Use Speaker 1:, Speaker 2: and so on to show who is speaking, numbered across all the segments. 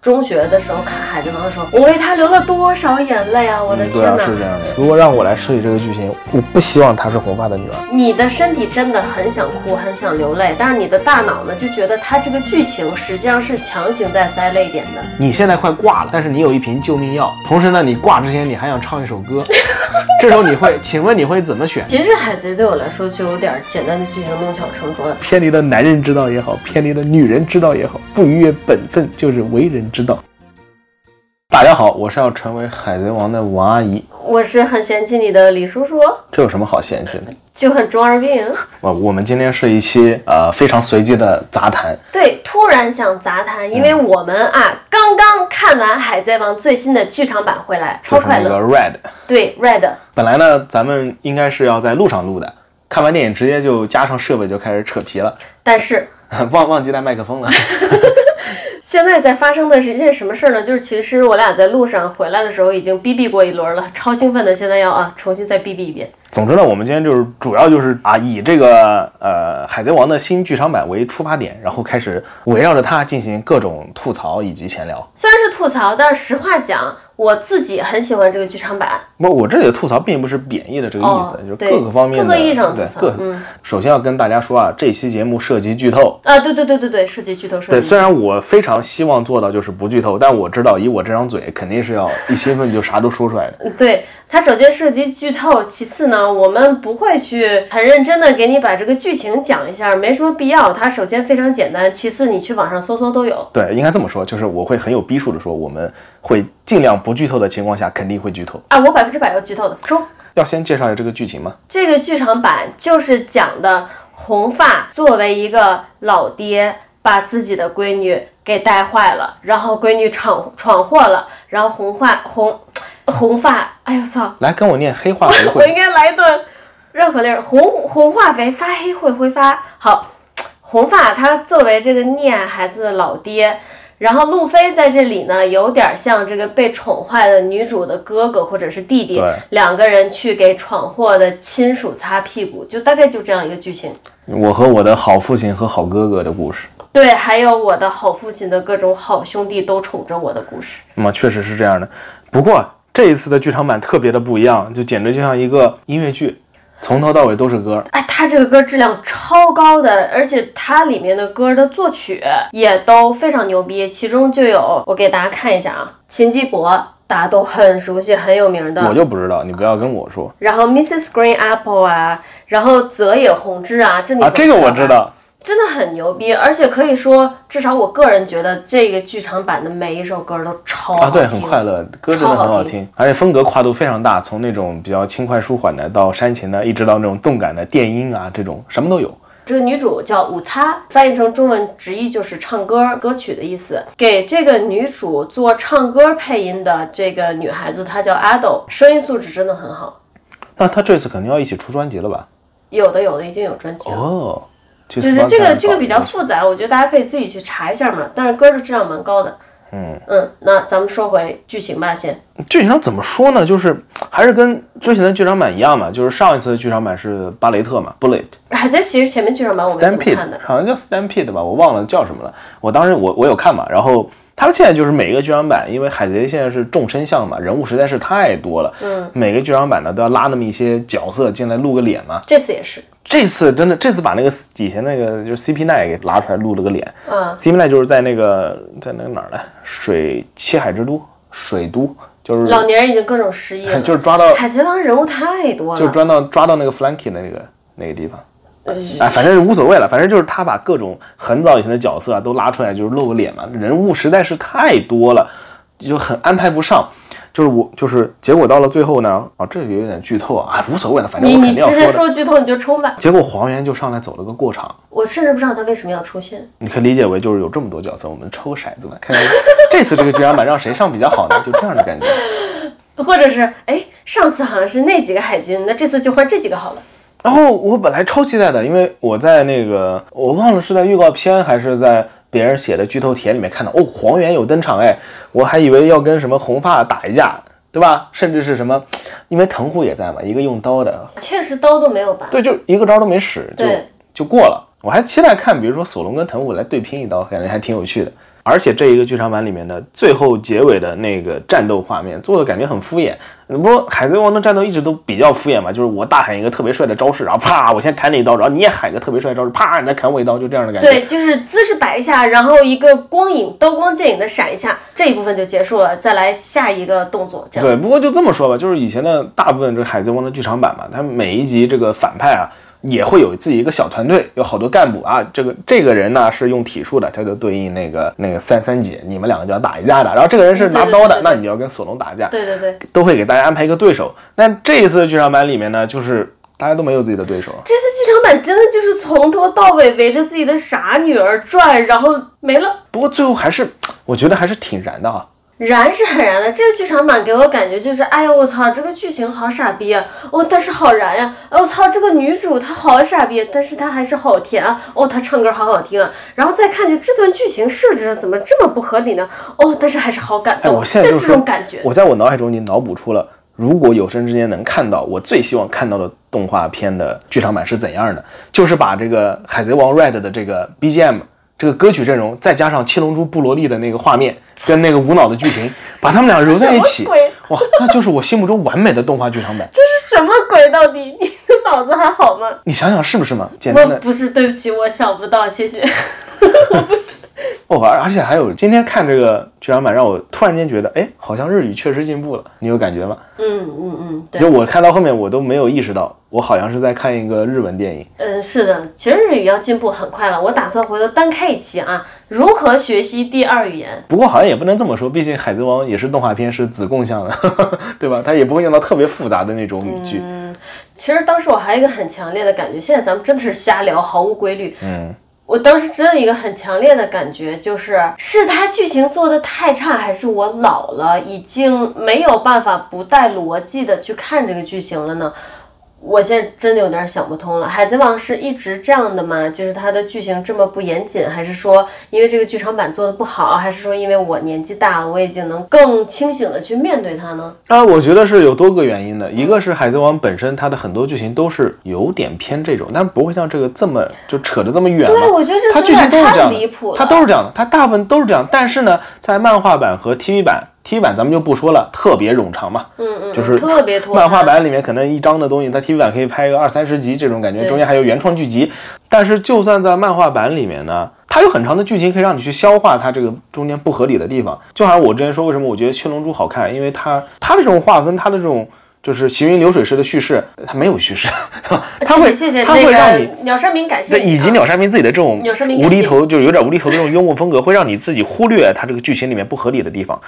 Speaker 1: 中学的时候看《海贼王》的时候，我为他流了多少眼泪啊！我的
Speaker 2: 嗯，对
Speaker 1: 天
Speaker 2: 啊，
Speaker 1: 哪！
Speaker 2: 是这样的。如果让我来设计这个剧情，我不希望她是红发的女儿。
Speaker 1: 你的身体真的很想哭，很想流泪，但是你的大脑呢就觉得它这个剧情实际上是强行在塞泪点的。
Speaker 2: 你现在快挂了，但是你有一瓶救命药，同时呢，你挂之前你还想唱一首 歌，这时候你会，请问你会怎么选？
Speaker 1: 其实海贼对我来说就有点简单的剧情弄巧成拙了。
Speaker 2: 偏离的男人之道也好，偏离的女人之道也好，不逾越本分就是为人之道。大家好，我是要成为海贼王的王阿姨，
Speaker 1: 我是很嫌弃你的李叔叔，
Speaker 2: 这有什么好嫌弃的？
Speaker 1: 就很中二病。
Speaker 2: 我我们今天是一期呃非常随机的杂谈，
Speaker 1: 对，突然想杂谈，因为我们啊刚刚看完《海贼王》最新的剧场版回来，超
Speaker 2: 就是
Speaker 1: 快
Speaker 2: 那个
Speaker 1: 乐。
Speaker 2: Red。
Speaker 1: 对，Red，
Speaker 2: 本来呢，咱们应该是要在路上录的，看完电影直接就加上设备就开始扯皮了，
Speaker 1: 但是
Speaker 2: 忘忘记带麦克风了。
Speaker 1: 现在在发生的是一件什么事儿呢？就是其实我俩在路上回来的时候已经逼逼过一轮了，超兴奋的，现在要啊重新再逼逼一遍。
Speaker 2: 总之呢，我们今天就是主要就是啊，以这个呃《海贼王》的新剧场版为出发点，然后开始围绕着它进行各种吐槽以及闲聊。
Speaker 1: 虽然是吐槽，但是实话讲，我自己很喜欢这个剧场版。
Speaker 2: 不，我这里的吐槽并不是贬义的这个意思，
Speaker 1: 哦
Speaker 2: 就是
Speaker 1: 对
Speaker 2: 各个方面
Speaker 1: 各
Speaker 2: 的
Speaker 1: 个意义上的吐
Speaker 2: 对
Speaker 1: 槽嗯
Speaker 2: 各、首先要跟大家说啊，这期节目涉及剧透。
Speaker 1: 啊，对对对对对，设计剧透设
Speaker 2: 对，
Speaker 1: 计。
Speaker 2: 虽然我非常希望做到就是不剧透，但我知道以我这张嘴肯定是要一兴奋就啥都说出来的。
Speaker 1: 对，它首先涉及剧透，其次呢，我们不会去很认真的给你把这个剧情讲一下，没什么必要。它首先非常简单，其次你去网上搜搜都有。
Speaker 2: 对，应该这么说，就是我会很有逼数的说，我们会尽量不剧透的情况下肯定会剧透。
Speaker 1: 啊，我百分之百要剧透的。说
Speaker 2: 要先介绍一下这个剧情吗？
Speaker 1: 这个剧场版就是讲的红发作为一个老爹，把自己的闺女给带坏了，然后闺女闯闯祸了，然后红发红红发，哎呦操！
Speaker 2: 来跟我念黑化回
Speaker 1: 我
Speaker 2: 会
Speaker 1: 应该来一顿绕口令儿：红红化肥发黑会挥发。好，红发他作为这个溺爱孩子的老爹，然后路飞在这里呢，有点像这个被宠坏的女主的哥哥或者是弟弟
Speaker 2: 对，
Speaker 1: 两个人去给闯祸的亲属擦屁股，就大概就这样一个剧情。
Speaker 2: 我和我的好父亲和好哥哥的故事。
Speaker 1: 对，还有我的好父亲的各种好兄弟都宠着我的故事。
Speaker 2: 那么确实是这样的。不过这一次的剧场版特别的不一样，就简直就像一个音乐剧，从头到尾都是歌。
Speaker 1: 哎，他这个歌质量超高的，而且它里面的歌的作曲也都非常牛逼，其中就有我给大家看一下啊，秦基博大家都很熟悉，很有名
Speaker 2: 我
Speaker 1: 的。
Speaker 2: 就不知道，你不要跟我说
Speaker 1: 然后 Mrs. Green Apple 啊，然后泽野弘之啊，这你
Speaker 2: 啊，
Speaker 1: 总
Speaker 2: 这个我
Speaker 1: 吧
Speaker 2: 知，道。
Speaker 1: 真的很牛逼，而且可以说，至少我个人觉得这个剧场版的每一首歌都超
Speaker 2: 啊，对，
Speaker 1: 好听
Speaker 2: 很快乐，歌真的很
Speaker 1: 超好
Speaker 2: 好
Speaker 1: 听
Speaker 2: 听，而且风格跨度非常大，从那种比较轻快舒缓的，到煽情的，一直到那种动感的电音啊，这种什么都有。
Speaker 1: 这个女主叫舞她，翻译成中文直译就是唱歌、歌曲的意思。给这个女主做唱歌配音的这个女孩子，她叫阿斗，声音素质真的很好。
Speaker 2: 那他这次肯定要一起出专辑了吧？
Speaker 1: 有的有的已经有专辑了，
Speaker 2: 哦，就
Speaker 1: 就是这个这个比较复杂，我觉得大家可以自己去查一下嘛。但是歌的质量蛮高的。嗯那咱们说回剧情吧，先。
Speaker 2: 剧嗯情上怎么说呢？就是还是跟之前的剧场版一样嘛，就是上一次的剧场版是巴雷特嘛，Bullet
Speaker 1: 海贼其实前面剧场版我没怎么
Speaker 2: Stampede，
Speaker 1: 看的，
Speaker 2: 好像叫 Stampede 吧，我忘了叫什么了。我当时我我有看嘛，然后他们现在就是每一个剧场版，因为海贼现在是众生相嘛，人物实在是太多了，嗯，每个剧场版呢都要拉那么一些角色进来露个脸嘛。
Speaker 1: 这次也是。
Speaker 2: 这次真的，这次把那个以前那个就是 CP 9给拉出来露了个脸。嗯，CP 9就是在那个在那个哪儿呢？水七海之都，水都就是
Speaker 1: 老年人已经各种失忆了。
Speaker 2: 嗯 就是抓到
Speaker 1: 海贼王人物太多
Speaker 2: 就
Speaker 1: 了，
Speaker 2: 抓到抓到那个 Flanky 的那个那个地方。
Speaker 1: 嗯
Speaker 2: 哎，反正无所谓了，反正就是他把各种很早以前的角色啊都拉出来，就是露个脸嘛。人物实在是太多了，就很安排不上。就是我，就是结果到了最后呢，啊，这个有点剧透啊，啊无所谓了，反正
Speaker 1: 你
Speaker 2: 我
Speaker 1: 你
Speaker 2: 肯定要
Speaker 1: 直接
Speaker 2: 的。
Speaker 1: 说剧透你就冲吧，
Speaker 2: 结果黄猿就上来走了个过场，
Speaker 1: 我甚至不知道他为什么要出现。
Speaker 2: 你可以理解为就是有这么多角色，我们抽个骰子吧，看看这次这个剧场版让谁上比较好呢？就这样的感觉。
Speaker 1: 或者是哎，上次好像是那几个海军，那这次就换这几个好了。
Speaker 2: 然后我本来超期待的，因为我在那个我忘了是在预告片还是在别人写的剧透帖里面看到，哦，黄猿有登场哎，我还以为要跟什么红发打一架，对吧？甚至是什么，因为藤户也在嘛，一个用刀的，
Speaker 1: 确实刀都没有拔，
Speaker 2: 对，就一个招都没使，就
Speaker 1: 对
Speaker 2: 就过了。我还期待看，比如说索隆跟藤户来对拼一刀，感觉还挺有趣的。而且这一个剧场版里面的最后结尾的那个战斗画面做的感觉很敷衍。不过海贼王的战斗一直都比较敷衍嘛，就是我大喊一个特别帅的招式，然后啪，我先砍你一刀，然后你也喊一个特别帅的招式，啪，你再砍我一刀，就这样的感觉。
Speaker 1: 对，就是姿势摆一下，然后一个光影刀光剑影的闪一下，这一部分就结束了，再来下一个动作，这
Speaker 2: 对，
Speaker 1: 样子。
Speaker 2: 不过就这么说吧，就是以前的大部分这个《海贼王》的剧场版嘛，它每一集这个反派啊也会有自己一个小团队，有好多干部啊。这个这个人呢是用体术的，他就对应那个那个三三姐，你们两个就要打一架的。然后这个人是拿刀的，
Speaker 1: 对对对对
Speaker 2: 那你就要跟索隆打架，
Speaker 1: 对对对，
Speaker 2: 都会给大家安排一个对手。但这一次的剧场版里面呢，就是大家都没有自己的对手。
Speaker 1: 这次剧场版真的就是从头到尾围着自己的傻女儿转，然后没了。
Speaker 2: 不过最后还是，我觉得还是挺燃的啊。
Speaker 1: 燃是很燃的，这个剧场版给我感觉就是，哎呦我操，这个剧情好傻逼啊！哦，但是好燃呀、哎我操，这个女主她好傻逼，但是她还是好甜啊！哦，她唱歌好好听啊！然后再看就这段剧情设置的怎么这么不合理呢？哦，但是还是好感
Speaker 2: 哎，
Speaker 1: 动，
Speaker 2: 我现在
Speaker 1: 就
Speaker 2: 说
Speaker 1: 这种感觉。
Speaker 2: 我在我脑海中已经脑补出了，如果有生之年能看到，我最希望看到的动画片的剧场版是怎样的，就是把这个《海贼王 Red》的这个 BGM。这个歌曲阵容，再加上《七龙珠》部落利的那个画面，跟那个无脑的剧情，把他们俩揉在一
Speaker 1: 什
Speaker 2: 起
Speaker 1: 么鬼，
Speaker 2: 哇，那就是我心目中完美的动画剧场版。
Speaker 1: 这是什么鬼？到底你的脑子还好吗？
Speaker 2: 你想想是不是嘛？简 单
Speaker 1: 我
Speaker 2: 的
Speaker 1: 不是，对不起，我想不到，谢 谢。
Speaker 2: 哦，而而且还有，今天看这个剧场版，让我突然间觉得，哎，好像日语确实进步了，你有感觉吗？
Speaker 1: 嗯嗯嗯，对，
Speaker 2: 就我看到后面，我都没有意识到，我好像是在看一个日文电影。
Speaker 1: 嗯，是的，其实日语要进步很快了，我打算回头单开一期啊，如何学习第二语言？
Speaker 2: 不过好像也不能这么说，毕竟《海贼王》也是动画片，是子供向的， 对吧？它也不会用到特别复杂的那种语
Speaker 1: 嗯
Speaker 2: 句。
Speaker 1: 其实当时我还有一个很强烈的感觉，现在咱们真的是瞎聊，毫无规律。嗯，我当时真的一个很强烈的感觉就是，是他剧情做的太差，还是我老了，已经没有办法不带逻辑的去看这个剧情了呢？我现在真的有点想不通了，《海贼王》是一直这样的吗？就是它的剧情这么不严谨，还是说因为这个剧场版做的不好，还是说因为我年纪大了，我已经能更清醒的去面对它呢？
Speaker 2: 啊，我觉得是有多个原因的，一个是《海贼王》本身它的很多剧情都是有点偏这种，但不会像这个这么就扯得这么远嘛。
Speaker 1: 对，我觉得这
Speaker 2: 它
Speaker 1: 有
Speaker 2: 剧情
Speaker 1: 点
Speaker 2: 都是这
Speaker 1: 太
Speaker 2: 样
Speaker 1: 离
Speaker 2: 的
Speaker 1: 谱，了。
Speaker 2: 它都是这样的，它大部分都是这样。但是呢，在漫画版和 TV 版，TV 版咱们就不说了，特别冗长嘛，嗯嗯，就是
Speaker 1: 特别拖沓
Speaker 2: 漫画版里面可能一章的东西，它 TV 版可以拍个二三十集这种感觉，
Speaker 1: 对
Speaker 2: 中间还有原创剧集。但是就算在漫画版里面呢，它有很长的剧情可以让你去消化它这个中间不合理的地方。就好像我之前说，为什么我觉得《七龙珠》好看，因为它它这种划分，它的这种。就是行云流水式的叙事，它没有叙事，它会
Speaker 1: 谢谢谢谢
Speaker 2: 它会让
Speaker 1: 那
Speaker 2: 你
Speaker 1: 个鸟山明感谢
Speaker 2: 对，
Speaker 1: 你啊
Speaker 2: 以及鸟山明自己的这种
Speaker 1: 鸟山明
Speaker 2: 无
Speaker 1: 感
Speaker 2: 厘
Speaker 1: 性
Speaker 2: 头，就是有点无厘头的这种幽默风格，会让你自己忽略它这个剧情里面不合理的地方。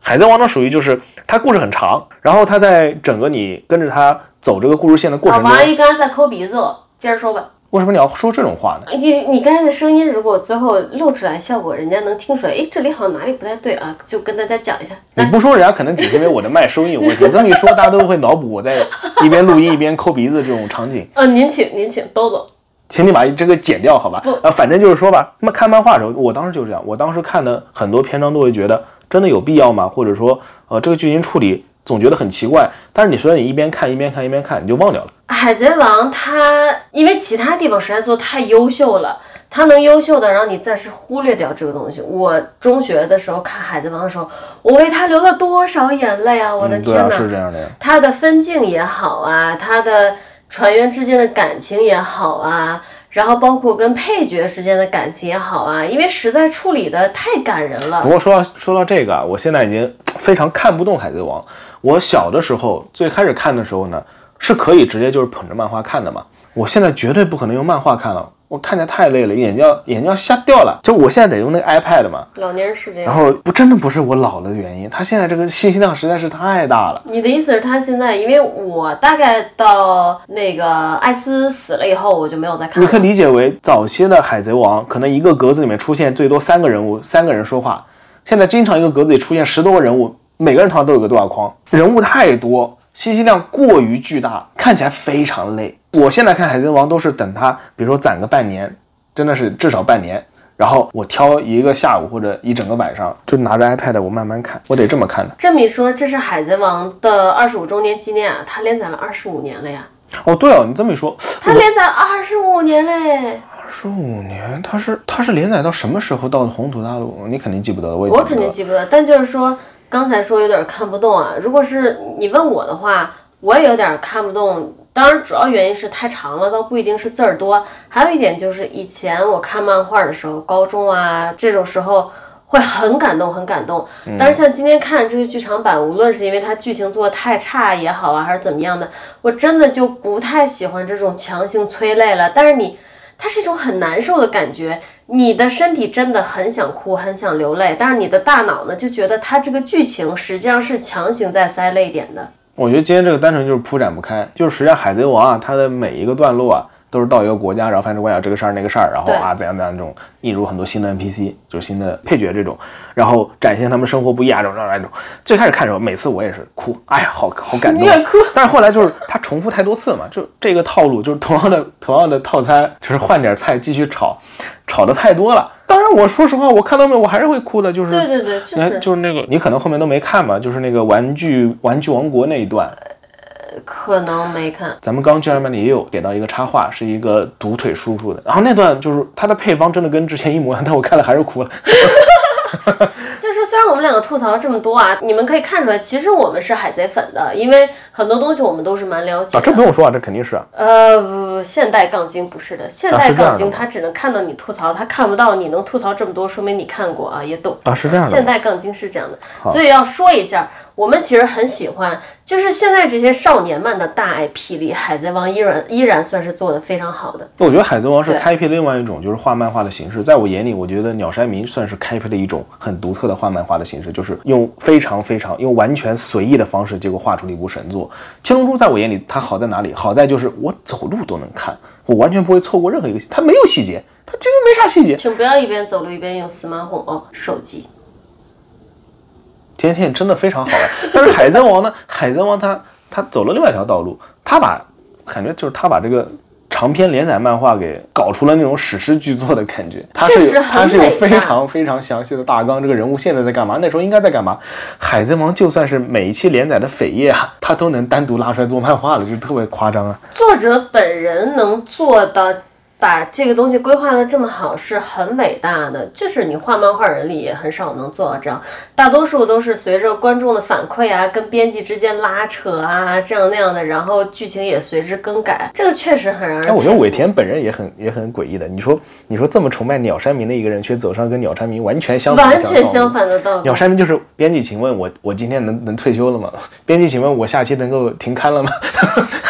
Speaker 2: 海贼王呢，属于就是它故事很长，然后它在整个你跟着它走这个故事线的过
Speaker 1: 啊，
Speaker 2: 程中，
Speaker 1: 王阿姨刚才在抠鼻子哦，接着说吧。
Speaker 2: 为什么你要说这种话呢？
Speaker 1: 你你刚才的声音，如果最后录出来，效果人家能听出来，哎，这里好像哪里不太对啊，就跟大家讲一下。
Speaker 2: 你不说，人家可能只是因为我的麦收音有问题。这么一说，大家都会脑补我在一边录音一边抠鼻子这种场景。
Speaker 1: 呃，您请您请，都走。
Speaker 2: 请你把这个剪掉，好吧？
Speaker 1: 不
Speaker 2: 啊，反正就是说吧，那么看漫画的时候，我当时就这样，我当时看的很多篇章都会觉得真的有必要吗？或者说，呃，这个剧情处理总觉得很奇怪。但是你随着你一边看一边看一边看，你就忘掉了。
Speaker 1: 海贼王它因为其他地方实在做得太优秀了，它能优秀的让你暂时忽略掉这个东西。我中学的时候看海贼王的时候，我为它流了多少眼泪啊！我的
Speaker 2: 嗯，对
Speaker 1: 天
Speaker 2: 啊，
Speaker 1: 哪，
Speaker 2: 是这样的呀。
Speaker 1: 他的分镜也好啊，他的船员之间的感情也好啊，然后包括跟配角之间的感情也好啊，因为实在处理的太感人
Speaker 2: 不
Speaker 1: 了。
Speaker 2: 过说到说到这个啊，我现在已经非常看不懂《海贼王》。我小的时候最开始看的时候呢，是可以直接就是捧着漫画看的嘛。我现在绝对不可能用漫画看了，我看起来太累了，眼睛要眼睛要瞎掉了。就我现在得用那个 iPad 嘛，
Speaker 1: 老年人是这
Speaker 2: 然
Speaker 1: 样。
Speaker 2: 后不，真的不是我老了的原因，他现在这个信息量实在是太大了。
Speaker 1: 你的意思是，他现在因为我大概到那个艾斯死了以后，我就没有再看
Speaker 2: 你可以
Speaker 1: 了。
Speaker 2: 理解为早期的《海贼王》，可能一个格子里面出现最多三个人物，三个人说话。现在经常一个格子里出现十多个人物，每个人头上都有个对话框，人物太多，信息量过于巨大，看起来非常累。我现在看《海贼王》都是等它，比如说攒个半年，真的是至少半年，然后我挑一个下午或者一整个晚上，就拿着 iPad 我慢慢看，我得这么看的。
Speaker 1: 这么一说，这是《海贼王》的二十五周年纪念啊，它连载了二十五年了呀，
Speaker 2: 哦，对哦，你这么一说，
Speaker 1: 它连载了二十五年嘞！
Speaker 2: 十五年，它是它是连载到什么时候到的宏图大陆？你肯定记不得了，我也
Speaker 1: 我
Speaker 2: 记
Speaker 1: 肯
Speaker 2: 不得
Speaker 1: 定记不得，但就是说刚才说有点看不懂啊。如果是你问我的话，我也有点看不懂。当然，主要原因是太长了，倒不一定是字儿多。还有一点就是，以前我看漫画的时候，高中啊这种时候会很感动，很感动。但是像今天看这个剧场版，无论是因为它剧情做的太差也好啊，还是怎么样的，我真的就不太喜欢这种强行催泪了。但是你它是一种很难受的感觉。你的身体真的很想哭，很想流泪，但是你的大脑呢就觉得它这个剧情实际上是强行在塞泪点的。
Speaker 2: 我觉得今天这个单纯就是铺展不开，就是实际上《海贼王》啊，它的每一个段落啊，都是到一个国家，然后发生关系这个事儿那个事儿，然后啊怎样怎样这种引入很多新的 NPC，就是新的配角这种，然后展现他们生活不易啊这种这种这种。最开始看的时候，每次我也是哭，哎呀，好好感动。但是后来就是它重复太多次嘛，就这个套路，就是同样的同样的套餐，就是换点菜继续炒，炒的太多了。当然，我说实话，我看到没有，我还是会哭的，就是
Speaker 1: 对对对，就
Speaker 2: 哎
Speaker 1: 是
Speaker 2: 就是那个，你可能后面都没看吧，就是那个玩具玩具王国那一段，
Speaker 1: 可能没看，
Speaker 2: 咱们刚剧场版里也有给到一个插画，是一个独腿叔叔的，然后那段就是他的配方真的跟之前一模一样，但我看了还是哭了。
Speaker 1: 就是虽然我们两个吐槽这么多啊，你们可以看出来，其实我们是海贼粉的，因为很多东西我们都是蛮了解
Speaker 2: 啊，这
Speaker 1: 的。
Speaker 2: 不用说啊，这肯定是啊。
Speaker 1: 呃，不现代杠精不是的，现代
Speaker 2: 啊是这
Speaker 1: 杠
Speaker 2: 样的
Speaker 1: 精
Speaker 2: 吗
Speaker 1: 他只能看到你吐槽，他看不到你能吐槽这么多，说明你看过啊，也懂。
Speaker 2: 啊，是这样
Speaker 1: 现
Speaker 2: 的。
Speaker 1: 代杠精是这样的，所以要说一下，我们其实很喜欢，就是现在这些少年漫的大 IP 里，《海贼王》依然依然算是做的非常好的。
Speaker 2: 那我觉得《海贼王》是
Speaker 1: 对
Speaker 2: 开辟另外一种就是画漫画的形式，在我眼里，我觉得《鸟山明》算是开辟了一种很独特的画漫画的形式，就是用非常非常用完全随意的方式，结果画出了一部神作。《七龙珠》在我眼里，它好在哪里？好在就是我走路都能看，我完全不会错过任何一个细，它没有细节，它几乎没啥细节。
Speaker 1: 请不要一边走路一边用 smartphone 哦，手机。
Speaker 2: 今天真的非常好玩。 但是海贼王呢？海贼王他他走了另外一条道路，他把感觉就是他把这个长篇连载漫画给搞出了那种史诗巨作的感觉。他
Speaker 1: 确
Speaker 2: 是
Speaker 1: 实
Speaker 2: 有
Speaker 1: 很啊
Speaker 2: 他是有
Speaker 1: 伟
Speaker 2: 非
Speaker 1: 大
Speaker 2: 常非常详细的大纲，这个人物现在在干嘛，那时候应该在干嘛。海贼王就算是每一期连载的扉页啊，他都能单独拉出来做漫画了，就是特别夸张啊。
Speaker 1: 作者本人能做到把这个东西规划的这么好，是很伟大的。就是你画漫画人里也很少能做到这样，大多数都是随着观众的反馈啊，跟编辑之间拉扯啊，这样那样的，然后剧情也随之更改。这个确实很让人佩
Speaker 2: 哎，
Speaker 1: 服。
Speaker 2: 我觉得尾田本人也很也很诡异的。你说你说这么崇拜鸟山明的一个人，却走上跟鸟山明完全相反的
Speaker 1: 完
Speaker 2: 一条
Speaker 1: 全
Speaker 2: 道路
Speaker 1: 相反的道理
Speaker 2: 鸟。山明就是编辑，请问我我今天能能退休了吗？编辑，请问我下期能够停刊了吗？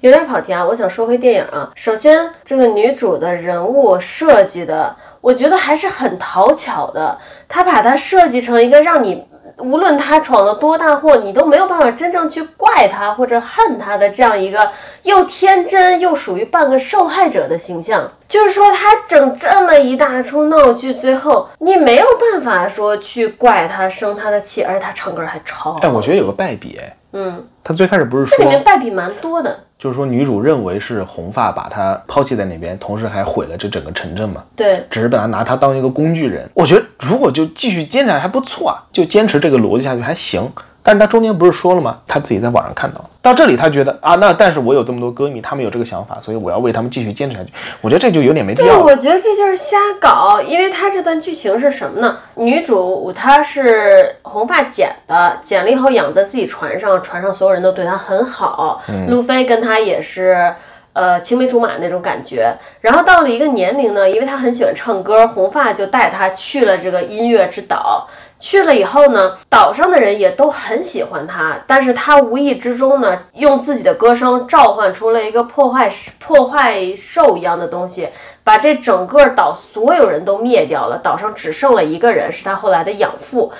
Speaker 1: 有点跑题啊，我想说回电影啊。首先，这个女主的人物设计的，我觉得还是很讨巧的。她把它设计成一个让你，无论她闯了多大祸，你都没有办法真正去怪她或者恨她的这样一个又天真又属于半个受害者的形象。就是说，她整这么一大出闹剧，最后你没有办法说去怪她生她的气，而且她唱歌还超好。
Speaker 2: 哎，我觉得有个败笔，哎，
Speaker 1: 嗯，
Speaker 2: 他最开始不是
Speaker 1: 这里面
Speaker 2: 说，
Speaker 1: 败笔蛮多的。
Speaker 2: 就是说女主认为是红发把她抛弃在那边，同时还毁了这整个城镇嘛，
Speaker 1: 对，
Speaker 2: 只是把她拿她当一个工具人。我觉得如果就继续坚持下去还不错啊，就坚持这个逻辑下去还行。但是他中间不是说了吗？他自己在网上看到，到这里他觉得啊，那但是我有这么多歌迷，他们有这个想法，所以我要为他们继续坚持下去。我觉得这就有点没必
Speaker 1: 对，
Speaker 2: 要了。
Speaker 1: 我觉得这就是瞎搞，因为他这段剧情是什么呢？女主她是红发剪的，剪了以后养在自己船上，船上所有人都对她很好。路飞跟她也是。呃，青梅竹马那种感觉，然后到了一个年龄呢，因为她很喜欢唱歌，红发就带她去了这个音乐之岛。去了以后呢，岛上的人也都很喜欢他，但是他无意之中呢，用自己的歌声召唤出了一个破坏破坏兽一样的东西，把这整个岛所有人都灭掉了，岛上只剩了一个人，是他后来的养父。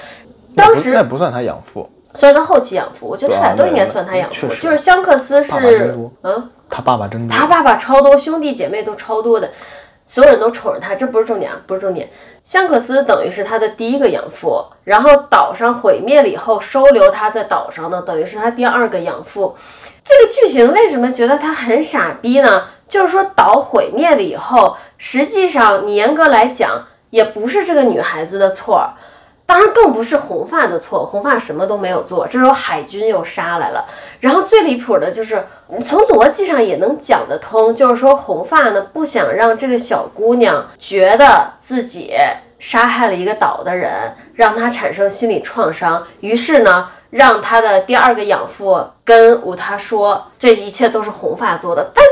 Speaker 1: 当时
Speaker 2: 那不那不算他养父，
Speaker 1: 虽然他后期养父，我觉得他俩
Speaker 2: 对啊
Speaker 1: 都应该算他养父，
Speaker 2: 确实
Speaker 1: 就是香克斯
Speaker 2: 爸爸真
Speaker 1: 是
Speaker 2: 多，
Speaker 1: 嗯，
Speaker 2: 他爸爸真的
Speaker 1: 他爸爸超多，兄弟姐妹都超多的，所有人都宠着他，这不是重点啊，不是重点。香克斯等于是他的第一个养父，然后岛上毁灭了以后，收留他在岛上呢，等于是他第二个养父。这个剧情为什么觉得他很傻逼呢？就是说岛毁灭了以后，实际上你严格来讲也不是这个女孩子的错儿，当然更不是红发的错，红发什么都没有做。这时候海军又杀来了，然后最离谱的就是，你从逻辑上也能讲得通，就是说红发呢不想让这个小姑娘觉得自己杀害了一个岛的人，让她产生心理创伤，于是呢。让她的第二个养父跟武他说，这一切都是红发做的，但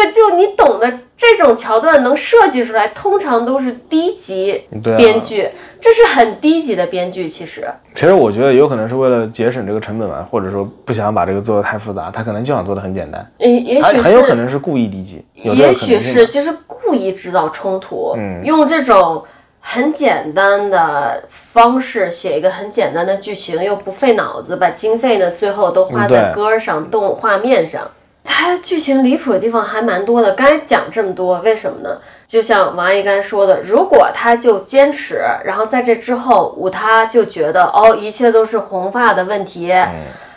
Speaker 1: 这个就你懂的，这种桥段能设计出来，通常都是低级
Speaker 2: 对啊
Speaker 1: 编剧，这是很低级的编剧。其实，
Speaker 2: 其实我觉得有可能是为了节省这个成本吧，或者说不想把这个做的太复杂，他可能就想做的很简单，
Speaker 1: 也也
Speaker 2: 他
Speaker 1: 许
Speaker 2: 很有可
Speaker 1: 是，
Speaker 2: 能是故意低级，有这个
Speaker 1: 也
Speaker 2: 可能
Speaker 1: 许
Speaker 2: 性
Speaker 1: 是
Speaker 2: 吧。
Speaker 1: 就是故意制造冲突，
Speaker 2: 嗯
Speaker 1: 用这种很简单的方式写一个很简单的剧情，又不费脑子，把经费呢最后都花
Speaker 2: 嗯
Speaker 1: 在
Speaker 2: 对
Speaker 1: 歌上、动画面上。它剧情离谱的地方还蛮多的，刚才讲这么多，为什么呢？就像王阿姨刚才说的，如果他就坚持，然后在这之后，武他就觉得哦，一切都是红发的问题，
Speaker 2: 嗯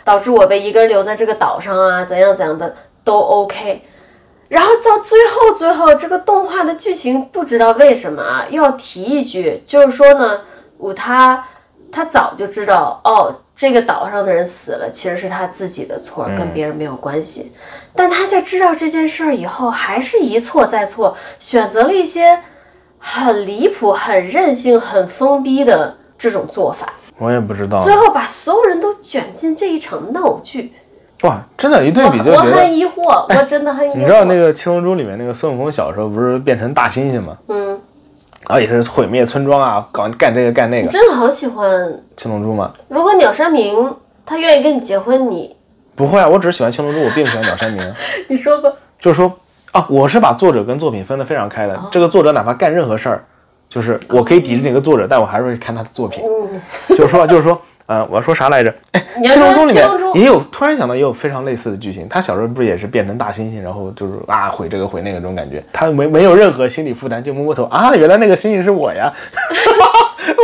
Speaker 1: 导致我被一个人留在这个岛上啊，怎样怎样的都 OK。然后到最后最后，这个动画的剧情不知道为什么啊，又要提一句，就是说呢，武他他早就知道哦，这个岛上的人死了，其实是他自己的错，跟别人没有关系。但他在知道这件事儿以后，还是一错再错，选择了一些很离谱、很任性、很疯逼的这种做法，
Speaker 2: 我也不知道，
Speaker 1: 最后把所有人都卷进这一场闹剧。
Speaker 2: 哇，真的，一对
Speaker 1: 我
Speaker 2: 比就
Speaker 1: 我
Speaker 2: 觉得
Speaker 1: 很疑惑，我真的很疑惑。
Speaker 2: 你知道那个《七龙珠》里面那个孙悟空小时候不是变成大猩猩吗？
Speaker 1: 嗯，
Speaker 2: 然后也是毁灭村庄啊，搞干这个干那个。
Speaker 1: 真的好喜欢。
Speaker 2: 七龙珠吗？
Speaker 1: 如果鸟山明他愿意跟你结婚，你
Speaker 2: 不会啊，我只是喜欢七龙珠，我并不喜欢鸟山明啊。
Speaker 1: 你说吧。
Speaker 2: 就是说啊，我是把作者跟作品分得非常开的。
Speaker 1: 哦
Speaker 2: 这个作者哪怕干任何事儿，就是我可以抵制那个
Speaker 1: 嗯
Speaker 2: 作者，但我还是会看他的作品。就是说，就是说，呃，我要说啥来着？哎，
Speaker 1: 你要
Speaker 2: 七龙
Speaker 1: 说
Speaker 2: 珠里
Speaker 1: 七龙
Speaker 2: 面
Speaker 1: 珠
Speaker 2: 也有，突然想到也有非常类似的剧情。他小时候不是也是变成大猩猩，然后就是啊毁这个毁那个这种感觉，他没没有任何心理负担，就摸摸头啊，原来那个猩猩是我呀。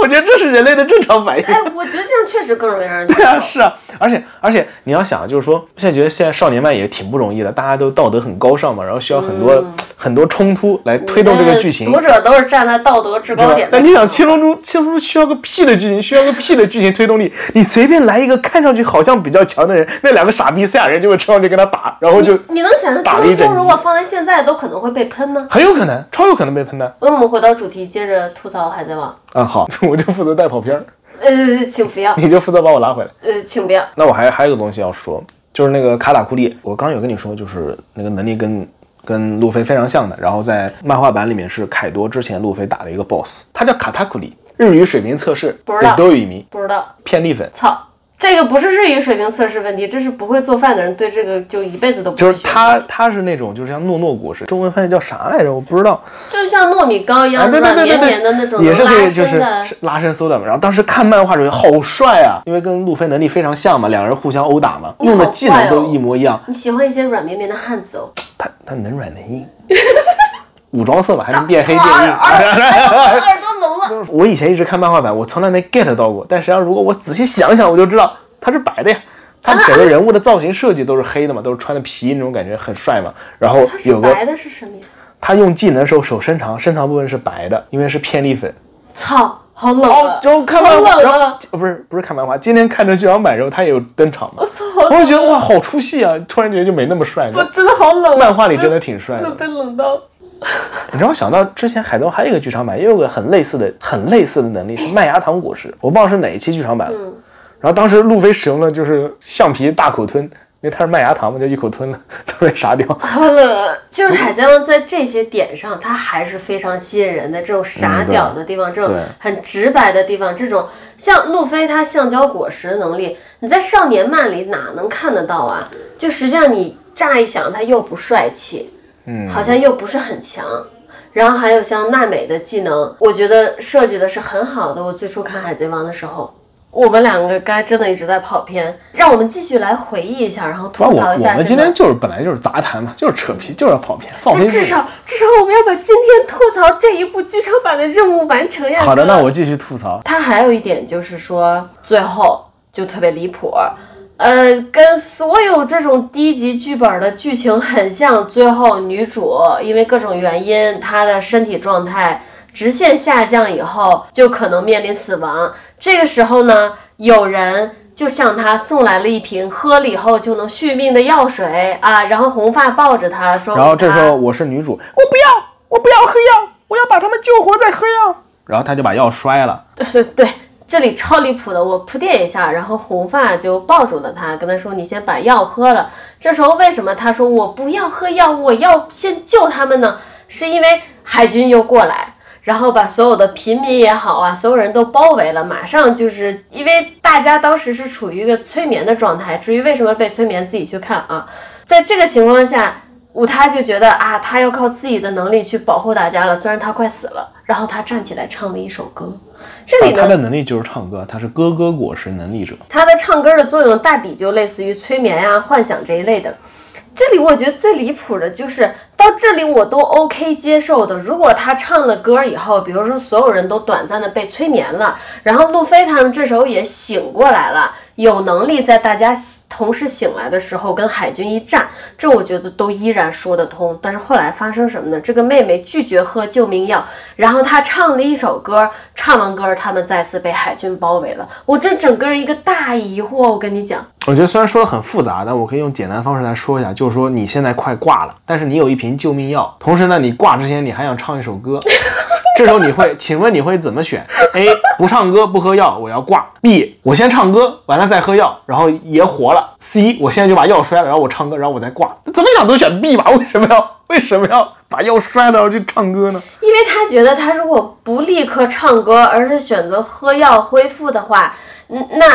Speaker 2: 我觉得这是人类的正常反应。
Speaker 1: 哎，我觉得这样确实更容易让人接
Speaker 2: 对啊，
Speaker 1: 受。
Speaker 2: 是啊，而且而且你要想，就是说，现在觉得现在少年漫也挺不容易的，大家都道德很高尚嘛，然后需要很多、
Speaker 1: 嗯
Speaker 2: 很多冲突来推动这个剧情，
Speaker 1: 读者都是站在道德制
Speaker 2: 对
Speaker 1: 高
Speaker 2: 吧
Speaker 1: 点？的。
Speaker 2: 但你想，《七龙珠》《七龙珠》需要个屁的剧情，需要个屁的剧情推动力，你随便来一个看上去好像比较强的人，那两个傻逼赛亚人就会冲上去跟他打，然 后就
Speaker 1: 你能想象
Speaker 2: 打
Speaker 1: 七
Speaker 2: 了一
Speaker 1: 龙
Speaker 2: 整
Speaker 1: 珠
Speaker 2: 集
Speaker 1: 如果放在现在都可能会被喷吗？
Speaker 2: 很有可能，超有可能被喷的。
Speaker 1: 那我们回到主题，接着吐槽《海贼王
Speaker 2: 啊，好， 我就负责带跑偏儿，》。
Speaker 1: 呃，请不要，
Speaker 2: 你就负责把我拉回来。
Speaker 1: 呃，请不要。
Speaker 2: 那我还还有个东西要说，就是那个卡塔库利，我刚有跟你说，就是那个能力跟跟路飞非常像的。然后在漫画版里面是凯多之前路飞打的一个 BOSS，他叫卡塔库利，日语水平测试
Speaker 1: 不知道
Speaker 2: 都有一迷，
Speaker 1: 不知道，
Speaker 2: 骗力粉。
Speaker 1: 操，这个不是日语水平测试问题，这是不会做饭的人对这个就一辈子都不
Speaker 2: 就
Speaker 1: 会
Speaker 2: 是
Speaker 1: 学。
Speaker 2: 他，他是那种就是像诺诺果实，中文翻译叫啥来着？我不知道。
Speaker 1: 就像糯米糕一
Speaker 2: 啊，
Speaker 1: 样
Speaker 2: 对对
Speaker 1: 嗯软
Speaker 2: 对对
Speaker 1: 绵
Speaker 2: 对，
Speaker 1: 绵的那种
Speaker 2: 也是
Speaker 1: 能
Speaker 2: 可
Speaker 1: 拉
Speaker 2: 以，就
Speaker 1: 伸
Speaker 2: 是
Speaker 1: 的，
Speaker 2: 是拉伸缩短嘛。然后当时看漫画时候好帅啊，因为跟路飞能力非常像嘛，两个人互相殴打嘛，
Speaker 1: 好
Speaker 2: 用的技能
Speaker 1: 坏
Speaker 2: 都
Speaker 1: 哦
Speaker 2: 一模一样。
Speaker 1: 你喜欢一些软绵绵的汉子哦。
Speaker 2: 他他能软能硬，武装色嘛，还能变黑
Speaker 1: 啊
Speaker 2: 变硬。哎
Speaker 1: 耳朵啊聋了，
Speaker 2: 我以前一直看漫画版，我从来没 get 到过，但实际上如果我仔细想想，我就知道他是白的呀。他整个人物的造型设计都是黑的嘛，都是穿的皮那种感觉很帅嘛。然后
Speaker 1: 啊它是
Speaker 2: 有个
Speaker 1: 白的是什么意思？
Speaker 2: 他用技能的时候手伸长，伸长部分是白的，因为是偏力粉。
Speaker 1: 操，好冷
Speaker 2: 哦
Speaker 1: 啊，！
Speaker 2: 然后看
Speaker 1: 呃好
Speaker 2: 漫画，
Speaker 1: 冷
Speaker 2: 然后
Speaker 1: 啊！
Speaker 2: 不是不是看漫画，今天看着剧场版的时候他也有登场嘛，
Speaker 1: 我操，
Speaker 2: 我就觉得哇好出戏啊，突然觉得就没那么帅
Speaker 1: 我
Speaker 2: 了。
Speaker 1: 真的好冷。
Speaker 2: 漫画里啊真的挺帅的。
Speaker 1: 被冷到。
Speaker 2: 你让我想到之前海贼王还有一个剧场版，也有个很类似的、很类似的能力是麦芽糖果实，我忘了是哪一期剧场版
Speaker 1: 嗯
Speaker 2: 了。然后当时路飞使用了就是橡皮大口吞，因为它是麦芽糖嘛，就一口吞了，都被杀掉。
Speaker 1: 好冷， 就是《海贼王》在这些点上，它还是非常吸引人的。这种傻屌的地方，这种
Speaker 2: 嗯对
Speaker 1: 很直白的地方，这种像路飞他橡胶果实的能力，你在少年漫里哪能看得到啊？就实际上你乍一想，他又不帅气，嗯，好像又不是很强。然后还有像娜美的技能，我觉得设计的是很好的。我最初看《海贼王》的时候，我们两个该真的一直在跑偏，让我们继续来回忆一下，然后
Speaker 2: 反
Speaker 1: 吐
Speaker 2: 正
Speaker 1: 槽
Speaker 2: 我
Speaker 1: 一下。
Speaker 2: 我们今天就是本来就是杂谈嘛，就是扯皮，就是要跑偏，放飞
Speaker 1: 至
Speaker 2: 自我。
Speaker 1: 少至少我们要把今天吐槽这一部剧场版的任务完成呀。
Speaker 2: 好的，那我继续吐槽。
Speaker 1: 他还有一点就是说，最后就特别离谱，呃，跟所有这种低级剧本的剧情很像。最后女主因为各种原因，她的身体状态。直线下降以后，就可能面临死亡。这个时候呢，有人就向他送来了一瓶喝了以后就能续命的药水啊，然后红发抱着他说，
Speaker 2: 然后这时
Speaker 1: 啊
Speaker 2: 候我是女主，我不要，我不要喝药，我要把他们救活再喝药。然后他就把药摔了，
Speaker 1: 对对对，这里超离谱的，我铺垫一下，然后红发就抱住了他，跟他说：“你先把药喝了。”这时候为什么他说我不要喝药，我要先救他们呢？是因为海军又过来，然后把所有的平民也好啊，所有人都包围了，马上就是因为大家当时是处于一个催眠的状态，至于为什么被催眠，自己去看啊。在这个情况下，武他就觉得啊，他要靠自己的能力去保护大家了，虽然他快死了，然后他站起来唱了一首歌。这
Speaker 2: 啊
Speaker 1: 里呢，
Speaker 2: 他的能力就是唱歌，他是歌歌果实能力者。
Speaker 1: 它的唱歌的作用大抵就类似于催眠呀、幻想这一类的。这里我觉得最离谱的就是到这里我都 OK 接受的。如果他唱了歌以后，比如说所有人都短暂的被催眠了，然后路飞他们这时候也醒过来了，有能力在大家同时醒来的时候跟海军一战，这我觉得都依然说得通。但是后来发生什么呢？这个妹妹拒绝喝救命药，然后她唱了一首歌，唱完歌他们再次被海军包围了。我这整个人一个大疑惑，我跟你讲，
Speaker 2: 我觉得虽然说的很复杂，但我可以用简单的方式来说一下，就是说你现在快挂了，但是你有一瓶救命药，同时呢，你挂之前你还想唱一首歌， 这时候你会，请问你会怎么 选？A 不唱歌不喝药，我要挂；B 我先唱歌，完了再喝药，然后也活了；C 我现在就把药摔了，然后我唱歌，然后我再挂。怎么想都选 B 吧？为 什么要为什么要把药摔了然后去唱歌呢？
Speaker 1: 因为他觉得他如果不立刻唱歌，而是选择喝药恢复的话，嗯，那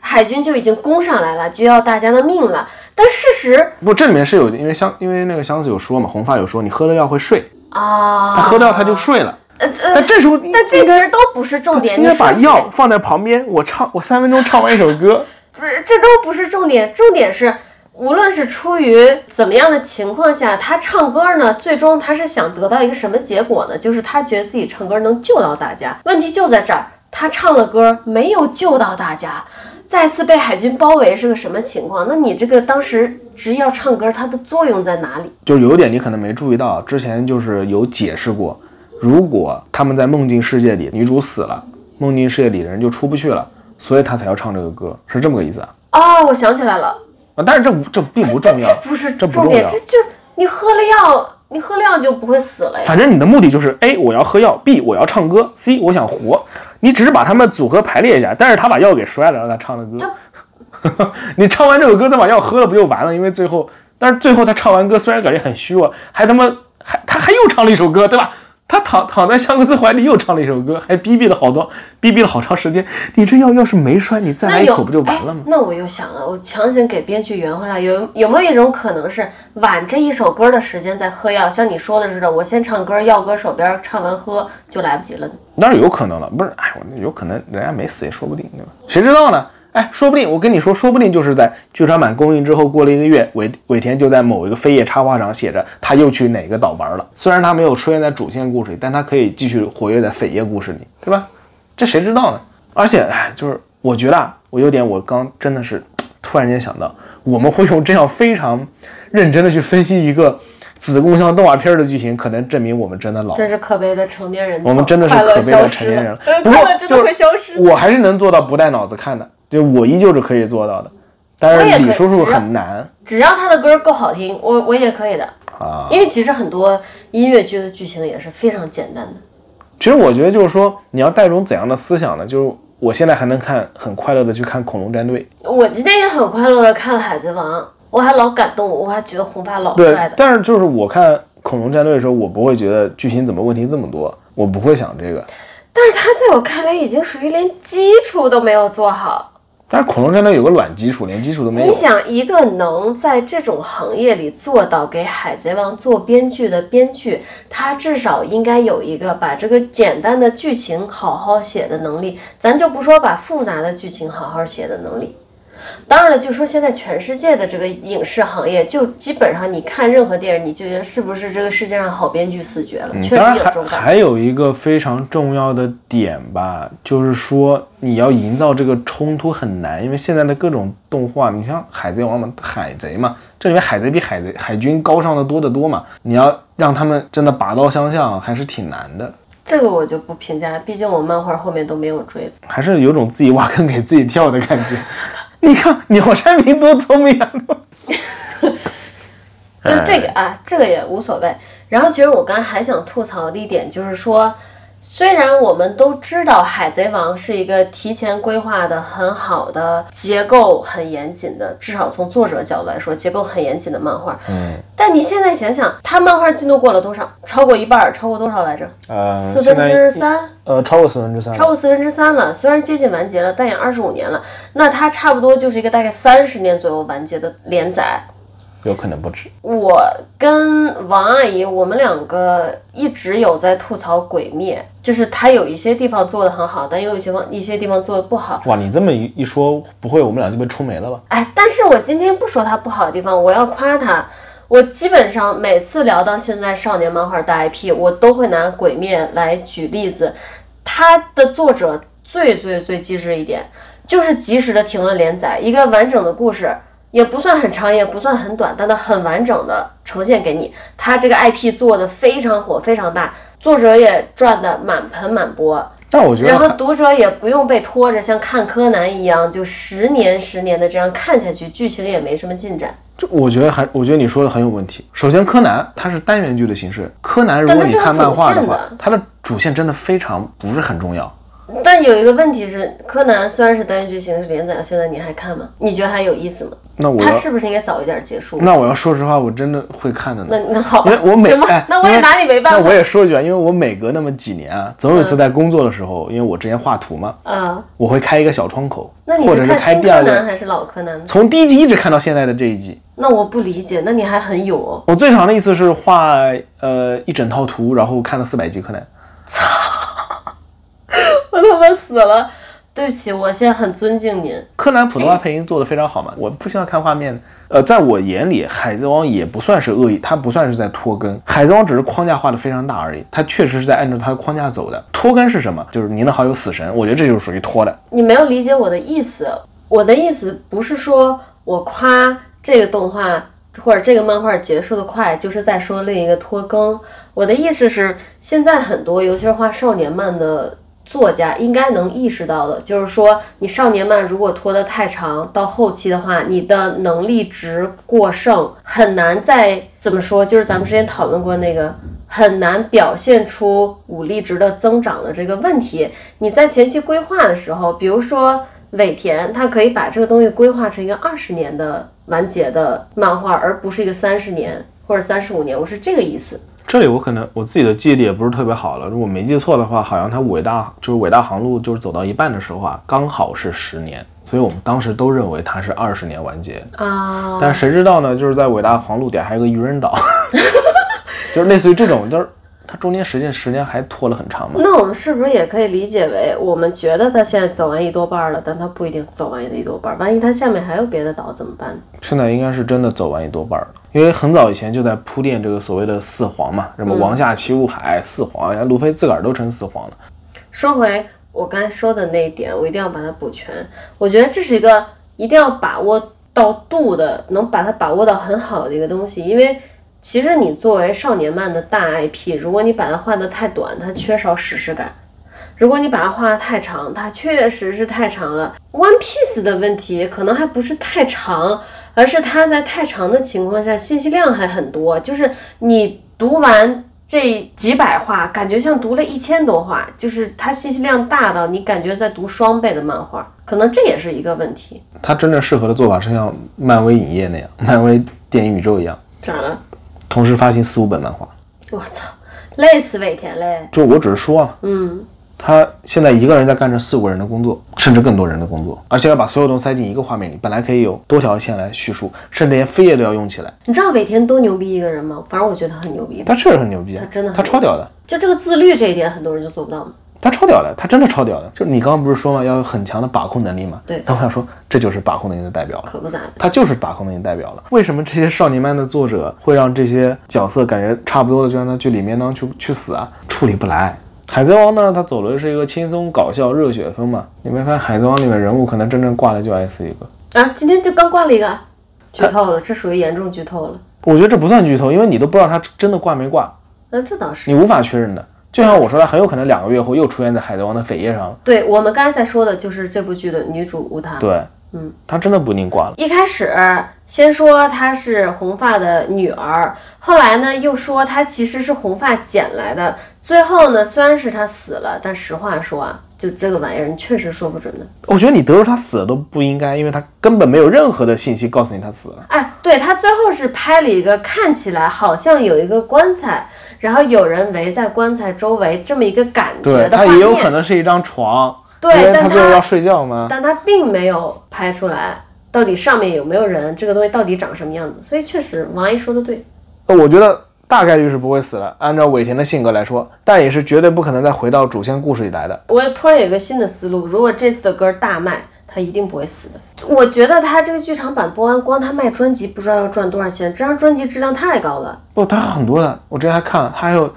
Speaker 1: 海军就已经攻上来了，就要大家的命了。但事实
Speaker 2: 不，这里面是有因为相因为那个相子有说嘛，红发有说你喝了药会睡，
Speaker 1: 啊，
Speaker 2: 他喝掉他就睡了。但这时候，
Speaker 1: 但这
Speaker 2: 应
Speaker 1: 其
Speaker 2: 该
Speaker 1: 实都不是重点，
Speaker 2: 哦应该
Speaker 1: 你
Speaker 2: 把
Speaker 1: 说起来
Speaker 2: 药放在旁边，我唱，我三分钟唱完一首歌。
Speaker 1: 不是，这都不是重点，重点是，无论是出于怎么样的情况下，他唱歌呢，最终他是想得到一个什么结果呢？就是他觉得自己唱歌能救到大家。问题就在这儿，他唱了歌没有救到大家，再次被海军包围是个什么情况？那你这个当时执意要唱歌，它的作用在哪里？
Speaker 2: 就是有一点你可能没注意到，之前就是有解释过，如果他们在梦境世界里，女主死了，梦境世界里人就出不去了，所以他才要唱这个歌，是这么个意思啊。
Speaker 1: 哦，我想起来了，
Speaker 2: 啊，但是这无这并不重要，
Speaker 1: 不是
Speaker 2: 这不
Speaker 1: 重
Speaker 2: 重
Speaker 1: 点，
Speaker 2: 要
Speaker 1: 这。就你喝了药，你喝了药就不会死了呀。
Speaker 2: 反正你的目的就是 A 我要喝药，B 我要唱歌，C 我想活。你只是把他们组合排列一下，但是他把药给摔了，让他唱的歌。 你唱完这首歌再把药喝了不就完了？因为最后，但是最后他唱完歌虽然感觉很虚弱，还他妈还他还又唱了一首歌，对吧？他躺躺在香克斯怀里又唱了一首歌，还逼逼了好多，逼逼了好长时间。你这药要是没摔，你再
Speaker 1: 那
Speaker 2: 来一
Speaker 1: 有
Speaker 2: 口不就完了吗
Speaker 1: 哎？？那我又想了，我强行给编剧圆回来，有有没有一种可能是晚这一首歌的时间再喝药？像你说的似的，我先唱歌，药搁手边，唱完喝就来不及了呢。
Speaker 2: 当然有可能了，不是？哎，我有可能人家没死也说不定，对吧？谁知道呢？哎，说不定我跟你说，说不定就是在剧场版公映之后过了一个月，尾尾田就在某一个飞页插画上写着他又去哪个岛玩了。虽然他没有出现在主线故事里，但他可以继续活跃在扉页故事里，对吧？这谁知道呢？而且，哎，就是我觉得啊，我有点，我刚真的是突然间想到，我们会用这样非常认真的去分析一个子供像动画片的剧情，可能证明我们真的老了。
Speaker 1: 真是可悲的成年人，
Speaker 2: 我们真的是
Speaker 1: 快
Speaker 2: 可
Speaker 1: 乐
Speaker 2: 悲的
Speaker 1: 消
Speaker 2: 成
Speaker 1: 失
Speaker 2: 年人
Speaker 1: 了
Speaker 2: 了，
Speaker 1: 呃。
Speaker 2: 不
Speaker 1: 快乐
Speaker 2: 过
Speaker 1: 真的
Speaker 2: 就是
Speaker 1: 会消失。
Speaker 2: 我还是能做到不带脑子看的，就我依旧是可以做到的。但
Speaker 1: 我也
Speaker 2: 是
Speaker 1: 可以啊
Speaker 2: 李叔叔很难
Speaker 1: 只要他的歌够好听，我我也可以的。
Speaker 2: 啊。
Speaker 1: 因为其实很多音乐剧的剧情也是非常简单的。
Speaker 2: 其实我觉得就是说，你要带一种怎样的思想呢？就是我现在还能看很快乐的去看《恐龙战队》，
Speaker 1: 我今天也很快乐的看了《海贼王》，我还老感动，我还觉得红发老
Speaker 2: 对
Speaker 1: 帅，的。
Speaker 2: 但是就是我看《恐龙战队》的时候，我不会觉得剧情怎么问题这么多，我不会想这个。
Speaker 1: 但是他在我看来已经属于连基础都没有做好。
Speaker 2: 但是《恐龙战队》有个软基础，连基础都没
Speaker 1: 你
Speaker 2: 有。
Speaker 1: 想，一个能在这种行业里做到给《海贼王》做编剧的编剧，他至少应该有一个把这个简单的剧情好好写的能力。咱就不说把复杂的剧情好好写的能力。当然了，就说现在全世界的这个影视行业，就基本上你看任何电影，你就觉得是不是这个世界上好编剧死绝了？确实
Speaker 2: 嗯当然
Speaker 1: 有这种
Speaker 2: 还
Speaker 1: 感觉。
Speaker 2: 还有一个非常重要的点吧，就是说你要营造这个冲突很难，因为现在的各种动画，你像《海贼王》嘛，海贼嘛，这里面海贼比海贼海军高尚的多得多嘛，你要让他们真的拔刀相向还是挺难的。
Speaker 1: 这个我就不评价，毕竟我漫画后面都没有追。
Speaker 2: 还是有种自己挖坑给自己跳的感觉。 你看鸟山明多聪明啊！
Speaker 1: 但这个啊，这个也无所谓。然后其实我刚才还想吐槽的一点就是说，虽然我们都知道《海贼王》是一个提前规划的很好的、结构很严谨的，至少从作者角度来说，结构很严谨的漫画。嗯。但你现在想想，它漫画进度过了多少？超过一半儿，超过多少来着？
Speaker 2: 呃，
Speaker 1: 四分之三。
Speaker 2: 呃，超过四分之三了，
Speaker 1: 超过四分之三了，虽然接近完结了，但也二十五年了。那它差不多就是一个大概三十年左右完结的连载。
Speaker 2: 有可能不止。
Speaker 1: 我跟王阿姨，我们两个一直有在吐槽《鬼灭》，就是它有一些地方做的很好，但也有一些方一些地方做的不好。
Speaker 2: 哇，你这么一一说，不会我们俩就被冲没了吧？
Speaker 1: 哎，但是我今天不说它不好的地方，我要夸它。我基本上每次聊到现在少年漫画大 IP，我都会拿《鬼灭》来举例子。它的作者最最最机智一点，就是及时的停了连载，一个完整的故事，也不算很长，也不算很短，但它很完整的呈现给你。它这个 IP 做的非常火，非常大，作者也赚的满盆满钵。
Speaker 2: 但我觉
Speaker 1: 然后
Speaker 2: 得，
Speaker 1: 读者也不用被拖着像看柯南一样，就十年十年的这样看下去，剧情也没什么进展。
Speaker 2: 就我觉得还，我觉得你说的很有问题。首先，柯南它是单元剧的形式，柯南如
Speaker 1: 但它
Speaker 2: 果你
Speaker 1: 是有
Speaker 2: 看漫
Speaker 1: 主
Speaker 2: 画的
Speaker 1: 线
Speaker 2: 话
Speaker 1: 的，
Speaker 2: 它的主线真的非常不是很重要。
Speaker 1: 但有一个问题是，柯南虽然是单元剧形式连载，现在你还看吗？你觉得还有意思吗？
Speaker 2: 那我
Speaker 1: 它
Speaker 2: 要，
Speaker 1: 是不是应该早一点结束？
Speaker 2: 那我要说实话，我真的会看的呢
Speaker 1: 那。那好吧
Speaker 2: 因为，我每
Speaker 1: 行吧，
Speaker 2: 哎
Speaker 1: 那我也
Speaker 2: 因为
Speaker 1: 拿你没办
Speaker 2: 那
Speaker 1: 法。
Speaker 2: 我也说一句啊，因为我每隔那么几年啊，总有一次在工作的时候，因为我之前画图嘛，
Speaker 1: 啊，
Speaker 2: 我会开一个小窗口，
Speaker 1: 那你
Speaker 2: 或
Speaker 1: 是
Speaker 2: 者是
Speaker 1: 看
Speaker 2: 开
Speaker 1: 新
Speaker 2: 第
Speaker 1: 柯
Speaker 2: 二
Speaker 1: 南
Speaker 2: 个，
Speaker 1: 还是老柯南呢？
Speaker 2: 从第一集一直看到现在的这一集。
Speaker 1: 那我不理解，那你还很勇哦。
Speaker 2: 我最长的一次是画呃一整套图，然后看了四百集柯南。
Speaker 1: 我他妈死了！对不起，我现在很尊敬您。
Speaker 2: 柯南普通话配音做得非常好嘛，我不希望看画面。呃，在我眼里，《海贼王》也不算是恶意，它不算是在拖更，《海贼王》只是框架画得非常大而已，它确实是在按照它的框架走的。拖更是什么？就是您的好友死神，我觉得这就是属于拖的。
Speaker 1: 你没有理解我的意思。我的意思不是说我夸这个动画或者这个漫画结束的快，就是在说另一个拖更。我的意思是，现在很多，尤其是画少年漫的作家，应该能意识到的，就是说，你少年漫如果拖得太长，到后期的话，你的能力值过剩，很难再怎么说，就是咱们之前讨论过那个。很难表现出武力值的增长的这个问题。你在前期规划的时候，比如说尾田，他可以把这个东西规划成一个二十年的完结的漫画，而不是一个三十年或者三十五年。我是这个意思。
Speaker 2: 这里我可能我自己的记忆力也不是特别好了，如果没记错的话，好像它伟大就是伟大航路就是走到一半的时候啊，刚好是十年，所以我们当时都认为它是二十年完结。
Speaker 1: 啊，
Speaker 2: 但谁知道呢？就是在伟大航路底下还有个愚人岛， 就是类似于这种，就是它中间实际时间还拖了很长嘛。
Speaker 1: 那我们是不是也可以理解为，我们觉得他现在走完一多半了，但他不一定走完一多半，万一他下面还有别的岛怎么办？
Speaker 2: 现在应该是真的走完一多半儿了，因为很早以前就在铺垫这个所谓的四皇嘛，什么王下齐物海、四皇，人家路飞自个儿都成四皇了。
Speaker 1: 说回我刚才说的那一点，我一定要把它补全。我觉得这是一个一定要把握到度的，能把它把握到很好的一个东西。因为其实你作为少年漫的大 IP，如果你把它画得太短，它缺少史诗感；如果你把它画得太长，它确实是太长了。One Piece 的问题可能还不是太长，而是它在太长的情况下信息量还很多，就是你读完这几百话，感觉像读了一千多话，就是它信息量大到你感觉在读双倍的漫画，可能这也是一个问题。
Speaker 2: 它真正适合的做法是像漫威影业那样，漫威电影宇宙一样，
Speaker 1: 咋了？
Speaker 2: 同时发行四五本漫画。
Speaker 1: 我操，累死尾田嘞！
Speaker 2: 就我只是说啊，嗯，他现在一个人在干着四五个人的工作，甚至更多人的工作，而且要把所有东西塞进一个画面里，本来可以有多条线来叙述，甚至连扉页都要用起来。
Speaker 1: 你知道尾田多牛逼一个人吗？反正我觉得他很牛逼，
Speaker 2: 他确实很牛逼，啊
Speaker 1: 他真的很
Speaker 2: 他超屌的，
Speaker 1: 就这个自律这一点，很多人就做不到嘛。
Speaker 2: 他超屌的，他真的超屌的。就是你刚刚不是说嘛，要有很强的把控能力嘛？
Speaker 1: 对
Speaker 2: 那我想说，这就是把控能力的代表了。
Speaker 1: 可不咋的，
Speaker 2: 他就是把控能力代表了。为什么这些少年漫的作者会让这些角色感觉差不多的，就让他去里面当去去死啊？处理不来。海贼王呢，他走的是一个轻松搞笑热血风嘛。你没发现海贼王里面人物可能真正挂的就 S 一个？
Speaker 1: 啊，今天就刚挂了一个，剧透了，这属于严重剧透了。
Speaker 2: 我觉得这不算剧透，因为你都不知道他真的挂没挂，
Speaker 1: 呃那、这倒是
Speaker 2: 你无法确认的。就像我说的，很有可能两个月后又出现在《海贼王》的扉页上了。
Speaker 1: 对我们刚才在说的就是这部剧的女主无糖。
Speaker 2: 对，嗯，他真的不一定挂了。
Speaker 1: 一开始先说她是红发的女儿，后来呢又说她其实是红发捡来的，最后呢虽然是她死了，但实话说啊，就这个玩意儿你确实说不准的。
Speaker 2: 我觉得你得出他死了都不应该，因为他根本没有任何的信息告诉你他死了。
Speaker 1: 哎，对他最后是拍了一个看起来好像有一个棺材，然后有人围在棺材周围这么一个感觉
Speaker 2: 对
Speaker 1: 的画
Speaker 2: 他
Speaker 1: 面，
Speaker 2: 也有可能是一张床，
Speaker 1: 对
Speaker 2: 因为他
Speaker 1: 但
Speaker 2: 最后
Speaker 1: 他
Speaker 2: 要睡觉嘛。
Speaker 1: 但他并没有拍出来到底上面有没有人，这个东西到底长什么样子。所以确实王阿姨说的对，
Speaker 2: 呃我觉得大概率是不会死了，按照尾田的性格来说，但也是绝对不可能再回到主线故事里来的。
Speaker 1: 我突然有一个新的思路，如果这次的歌大卖。他一定不会死的。我觉得他这个剧场版播完，光他卖专辑不知道要赚多少钱，这张专辑质量太高了。
Speaker 2: 不，它有很多的，我之前还看了，它还有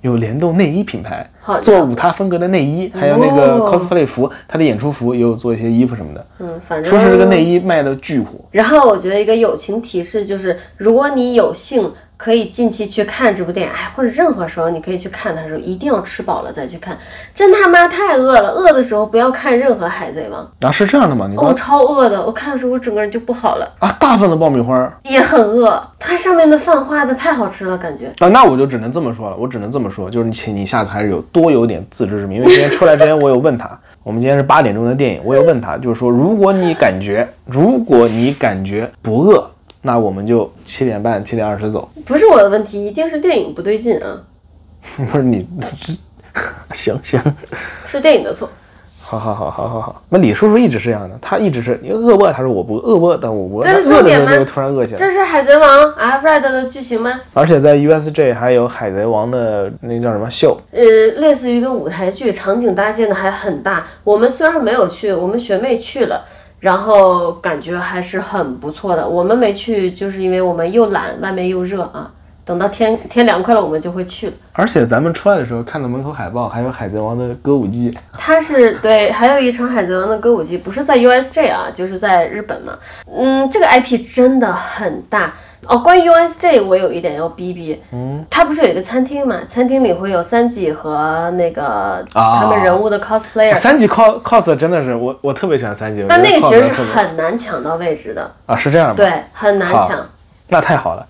Speaker 2: 有联动内衣品牌
Speaker 1: 好，
Speaker 2: 做五大风格的内衣，还有那个
Speaker 1: 哦
Speaker 2: cosplay 服，它的演出服也有做一些衣服什么的。
Speaker 1: 嗯，反正
Speaker 2: 说是这个内衣卖的巨火，
Speaker 1: 然后我觉得一个友情提示就是，如果你有幸可以近期去看这部电影，哎，或者任何时候你可以去看它的时候，一定要吃饱了再去看，真他妈太饿了！饿的时候不要看任何《海贼王》
Speaker 2: 啊，是这样的吗？你
Speaker 1: 哦，
Speaker 2: 刚
Speaker 1: 我超饿的，我看的时候我整个人就不好了，
Speaker 2: 啊，大份的爆米花儿
Speaker 1: 也很饿。它上面的饭画的太好吃了，感觉。
Speaker 2: 啊，那我就只能这么说了，我只能这么说，就是你请你下次还是有多有点自知之明，因为今天出来之前我有问他，我们今天是八点钟的电影，我有问他，就是说如果你感觉如果你感觉不饿，那我们就七点半七点二十走，
Speaker 1: 不是我的问题，一定是电影不对劲啊，
Speaker 2: 不是你， 行行。
Speaker 1: 是电影的错。
Speaker 2: 好好好好好好，那李叔叔一直是这样的，他一直是你饿不饿？他说我不饿，饿不饿？但我不饿。
Speaker 1: 这是
Speaker 2: 他饿
Speaker 1: 重
Speaker 2: 的时
Speaker 1: 点
Speaker 2: 候
Speaker 1: 吗
Speaker 2: 就会突然饿起来。
Speaker 1: 这是《海贼王》啊 Red 的剧情吗？
Speaker 2: 而且在 USJ 还有海贼王的那叫什么秀，
Speaker 1: 呃，类似于一个舞台剧，场景搭建的还很大。我们虽然没有去，我们学妹去了，然后感觉还是很不错的。我们没去，就是因为我们又懒，外面又热啊。等到天天凉快了，我们就会去了。
Speaker 2: 而且咱们出来的时候看到门口海报，还有海贼王的歌舞伎。
Speaker 1: 它是对，还有一场《海贼王》的歌舞伎，不是在 USJ 啊，就是在日本嘛。嗯，这个 IP 真的很大哦。关于 USJ，我有一点要逼逼。嗯，它不是有一个餐厅嘛？餐厅里会有三井和那个
Speaker 2: 啊
Speaker 1: 他们人物的 cosplayer，、
Speaker 2: 三级 cos cos 真的是我我特别喜欢三级，
Speaker 1: 但那个
Speaker 2: 我
Speaker 1: 其
Speaker 2: 觉得
Speaker 1: 实
Speaker 2: cos
Speaker 1: 是
Speaker 2: 特别
Speaker 1: 很难抢到位置的，
Speaker 2: 啊是这样吗？，
Speaker 1: 对，很难
Speaker 2: 好
Speaker 1: 抢，
Speaker 2: 那太好了，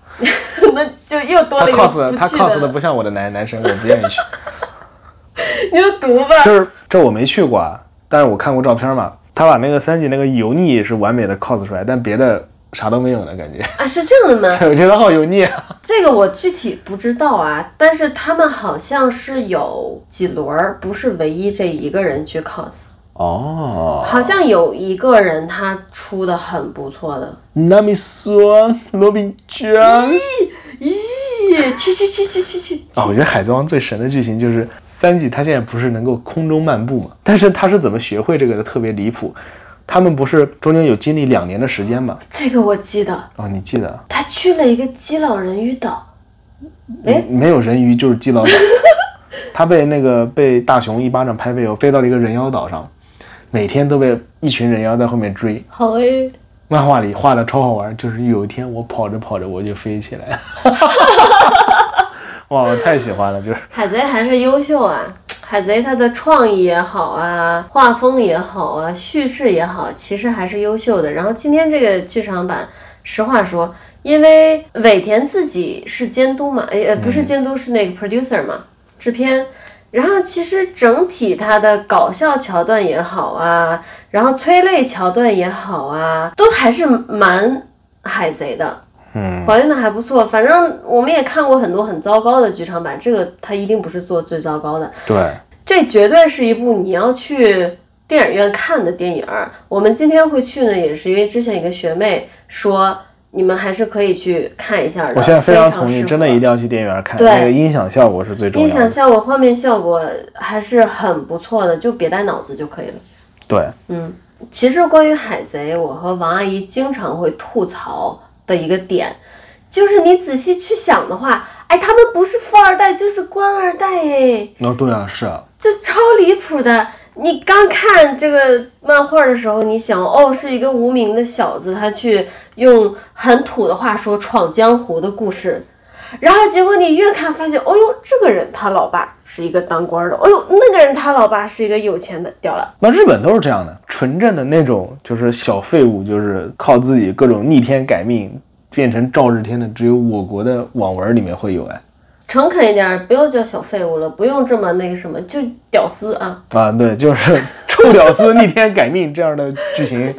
Speaker 1: 那就又多
Speaker 2: 他
Speaker 1: 了一个
Speaker 2: cos
Speaker 1: 哦不
Speaker 2: 他
Speaker 1: 去
Speaker 2: cos 的
Speaker 1: 的，
Speaker 2: 不像我的男男生，我不愿意去。
Speaker 1: 你就读吧。
Speaker 2: 就是这我没去过，啊，但是我看过照片嘛，他把那个三级那个油腻是完美的 cos 出来，但别的啥都没有呢，感觉。
Speaker 1: 啊，是这样的吗？
Speaker 2: 我觉得好油腻啊！
Speaker 1: 这个我具体不知道啊，但是他们好像是有几轮儿，不是唯一这一个人去 cos，
Speaker 2: 哦，
Speaker 1: 好像有一个人他出的很不错的。
Speaker 2: 那米说 罗宾江
Speaker 1: 咦，去去去去去去！
Speaker 2: 啊，我觉得《海贼王》最神的剧情就是三季，他现在不是能够空中漫步嘛？但是他是怎么学会这个的？特别离谱。他们不是中间有经历两年的时间嘛？
Speaker 1: 这个我记得，
Speaker 2: 哦，你记得啊？
Speaker 1: 他去了一个基佬人鱼岛，哎
Speaker 2: 没有人鱼就是基佬岛， 他被那个被大熊一巴掌拍背后，飞到了一个人妖岛上，每天都被一群人妖在后面追。
Speaker 1: 好哎，
Speaker 2: 漫画里画的超好玩，就是有一天我跑着跑着我就飞起来了， 哇，我太喜欢了，就是
Speaker 1: 海贼还是优秀啊！海贼它的创意也好啊，画风也好啊，叙事也好，其实还是优秀的。然后今天这个剧场版，实话说，因为尾田自己是监督嘛，哎呃不是监督是那个 producer 嘛，制片。然后其实整体它的搞笑桥段也好啊，然后催泪桥段也好啊，都还是蛮海贼的。还原的还不错，反正我们也看过很多很糟糕的剧场版，这个它一定不是做最糟糕的，
Speaker 2: 对。
Speaker 1: 这绝对是一部你要去电影院看的电影儿。我们今天会去呢，也是因为之前一个学妹说，你们还是可以去看一下的。
Speaker 2: 我现在非常
Speaker 1: 常
Speaker 2: 同
Speaker 1: 适
Speaker 2: 意，
Speaker 1: 合
Speaker 2: 真的一定要去电影院看，
Speaker 1: 对
Speaker 2: 那个音响效果是最重
Speaker 1: 音
Speaker 2: 要的
Speaker 1: 响。效果、画面效果还是很不错的，就别带脑子就可以了。
Speaker 2: 对，
Speaker 1: 其实关于海贼，我和王阿姨经常会吐槽的一个点，就是你仔细去想的话，哎，他们不是富二代就是官二代哎，
Speaker 2: 哦，对啊，是啊，
Speaker 1: 这超离谱的。你刚看这个漫画的时候，你想哦，是一个无名的小子，他去用很土的话说闯江湖的故事。然后结果你越看发现，哦呦，这个人他老爸是一个当官的，哦呦，那个人他老爸是一个有钱的，屌了。
Speaker 2: 那日本都是这样的，纯正的那种就是小废物，就是靠自己各种逆天改命变成赵日天的，只有我国的网文里面会有哎。
Speaker 1: 诚恳一点，不要叫小废物了，不用这么那个什么，就屌丝啊。
Speaker 2: 啊，对，就是臭屌丝逆天改命这样的剧情，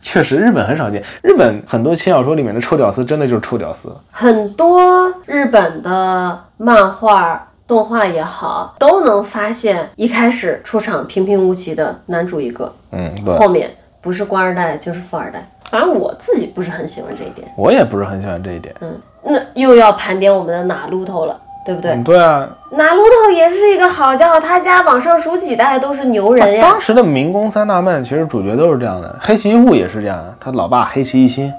Speaker 2: 确实日本很少见。日本很多轻小说里面的臭屌丝真的就是臭屌丝，
Speaker 1: 很多日本的漫画、动画也好，都能发现一开始出场平平无奇的男主一个，
Speaker 2: 嗯，对。
Speaker 1: 后面不是官二代就是富二代。反正我自己不是很喜欢这一点。嗯
Speaker 2: 我也不是很喜欢这一点。
Speaker 1: 那又要盘点我们的哪路头了，对不对？
Speaker 2: 嗯，对啊，
Speaker 1: 哪路头也是一个好家伙，他家往上数几代都是牛人呀。
Speaker 2: 当时的民工三大漫其实主角都是这样的，黑崎一护也是这样的，他老爸黑崎一心。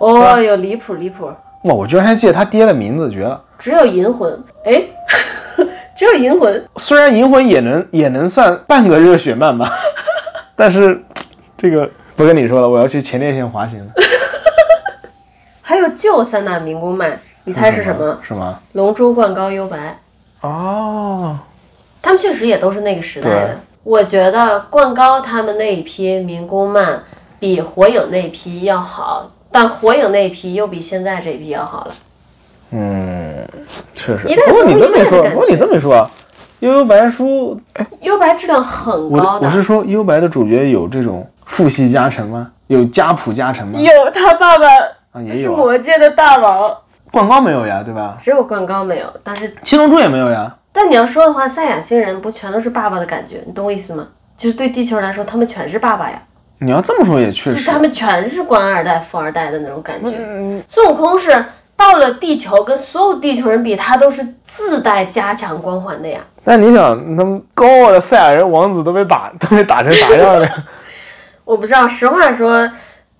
Speaker 1: 哦哟，离谱离谱，
Speaker 2: 哇，我居然还记得他爹的名字，绝了！
Speaker 1: 只有银魂，哎， 只有银魂，
Speaker 2: 虽然《银魂》也能也能算半个热血 漫吧，但是这个不跟你说了，我要去前列腺滑行了，
Speaker 1: 还有旧三大民工漫，你猜是什么？
Speaker 2: 是吗？
Speaker 1: 龙珠、灌高、幽白，
Speaker 2: 哦，
Speaker 1: 他们确实也都是那个时代
Speaker 2: 对
Speaker 1: 的。我觉得灌高他们那一批民工漫比火影那一批要好，但火影那一批又比现在这一批要好了。
Speaker 2: 嗯，确实。
Speaker 1: 一代
Speaker 2: 不过你
Speaker 1: 不
Speaker 2: 这么
Speaker 1: 一代
Speaker 2: 一
Speaker 1: 的
Speaker 2: 说，
Speaker 1: 感
Speaker 2: 不过你这么一说啊，悠悠白书，
Speaker 1: 幽白质量很
Speaker 2: 我
Speaker 1: 高
Speaker 2: 我
Speaker 1: 的，
Speaker 2: 是说悠悠白的主角有这种父系加成吗？有家谱加成吗？
Speaker 1: 有他爸爸
Speaker 2: 啊，也
Speaker 1: 是
Speaker 2: 有啊。
Speaker 1: 魔界的大王，
Speaker 2: 灌高没有呀，对吧？
Speaker 1: 只有灌高没有，但是
Speaker 2: 七龙珠也没有呀。
Speaker 1: 但你要说的话，赛亚星人不全都是爸爸的感觉，你懂我意思吗？就是对地球人来说，他们全是爸爸呀，
Speaker 2: 你要这么说也确
Speaker 1: 就
Speaker 2: 实
Speaker 1: 是。嗯他们全是官二代、富二代的那种感觉。孙悟空是到了地球，跟所有地球人比，他都是自带加强光环的呀。
Speaker 2: 但你想，他们高傲的赛亚人王子都被打都被打成啥样了？
Speaker 1: 我不知道，实话说，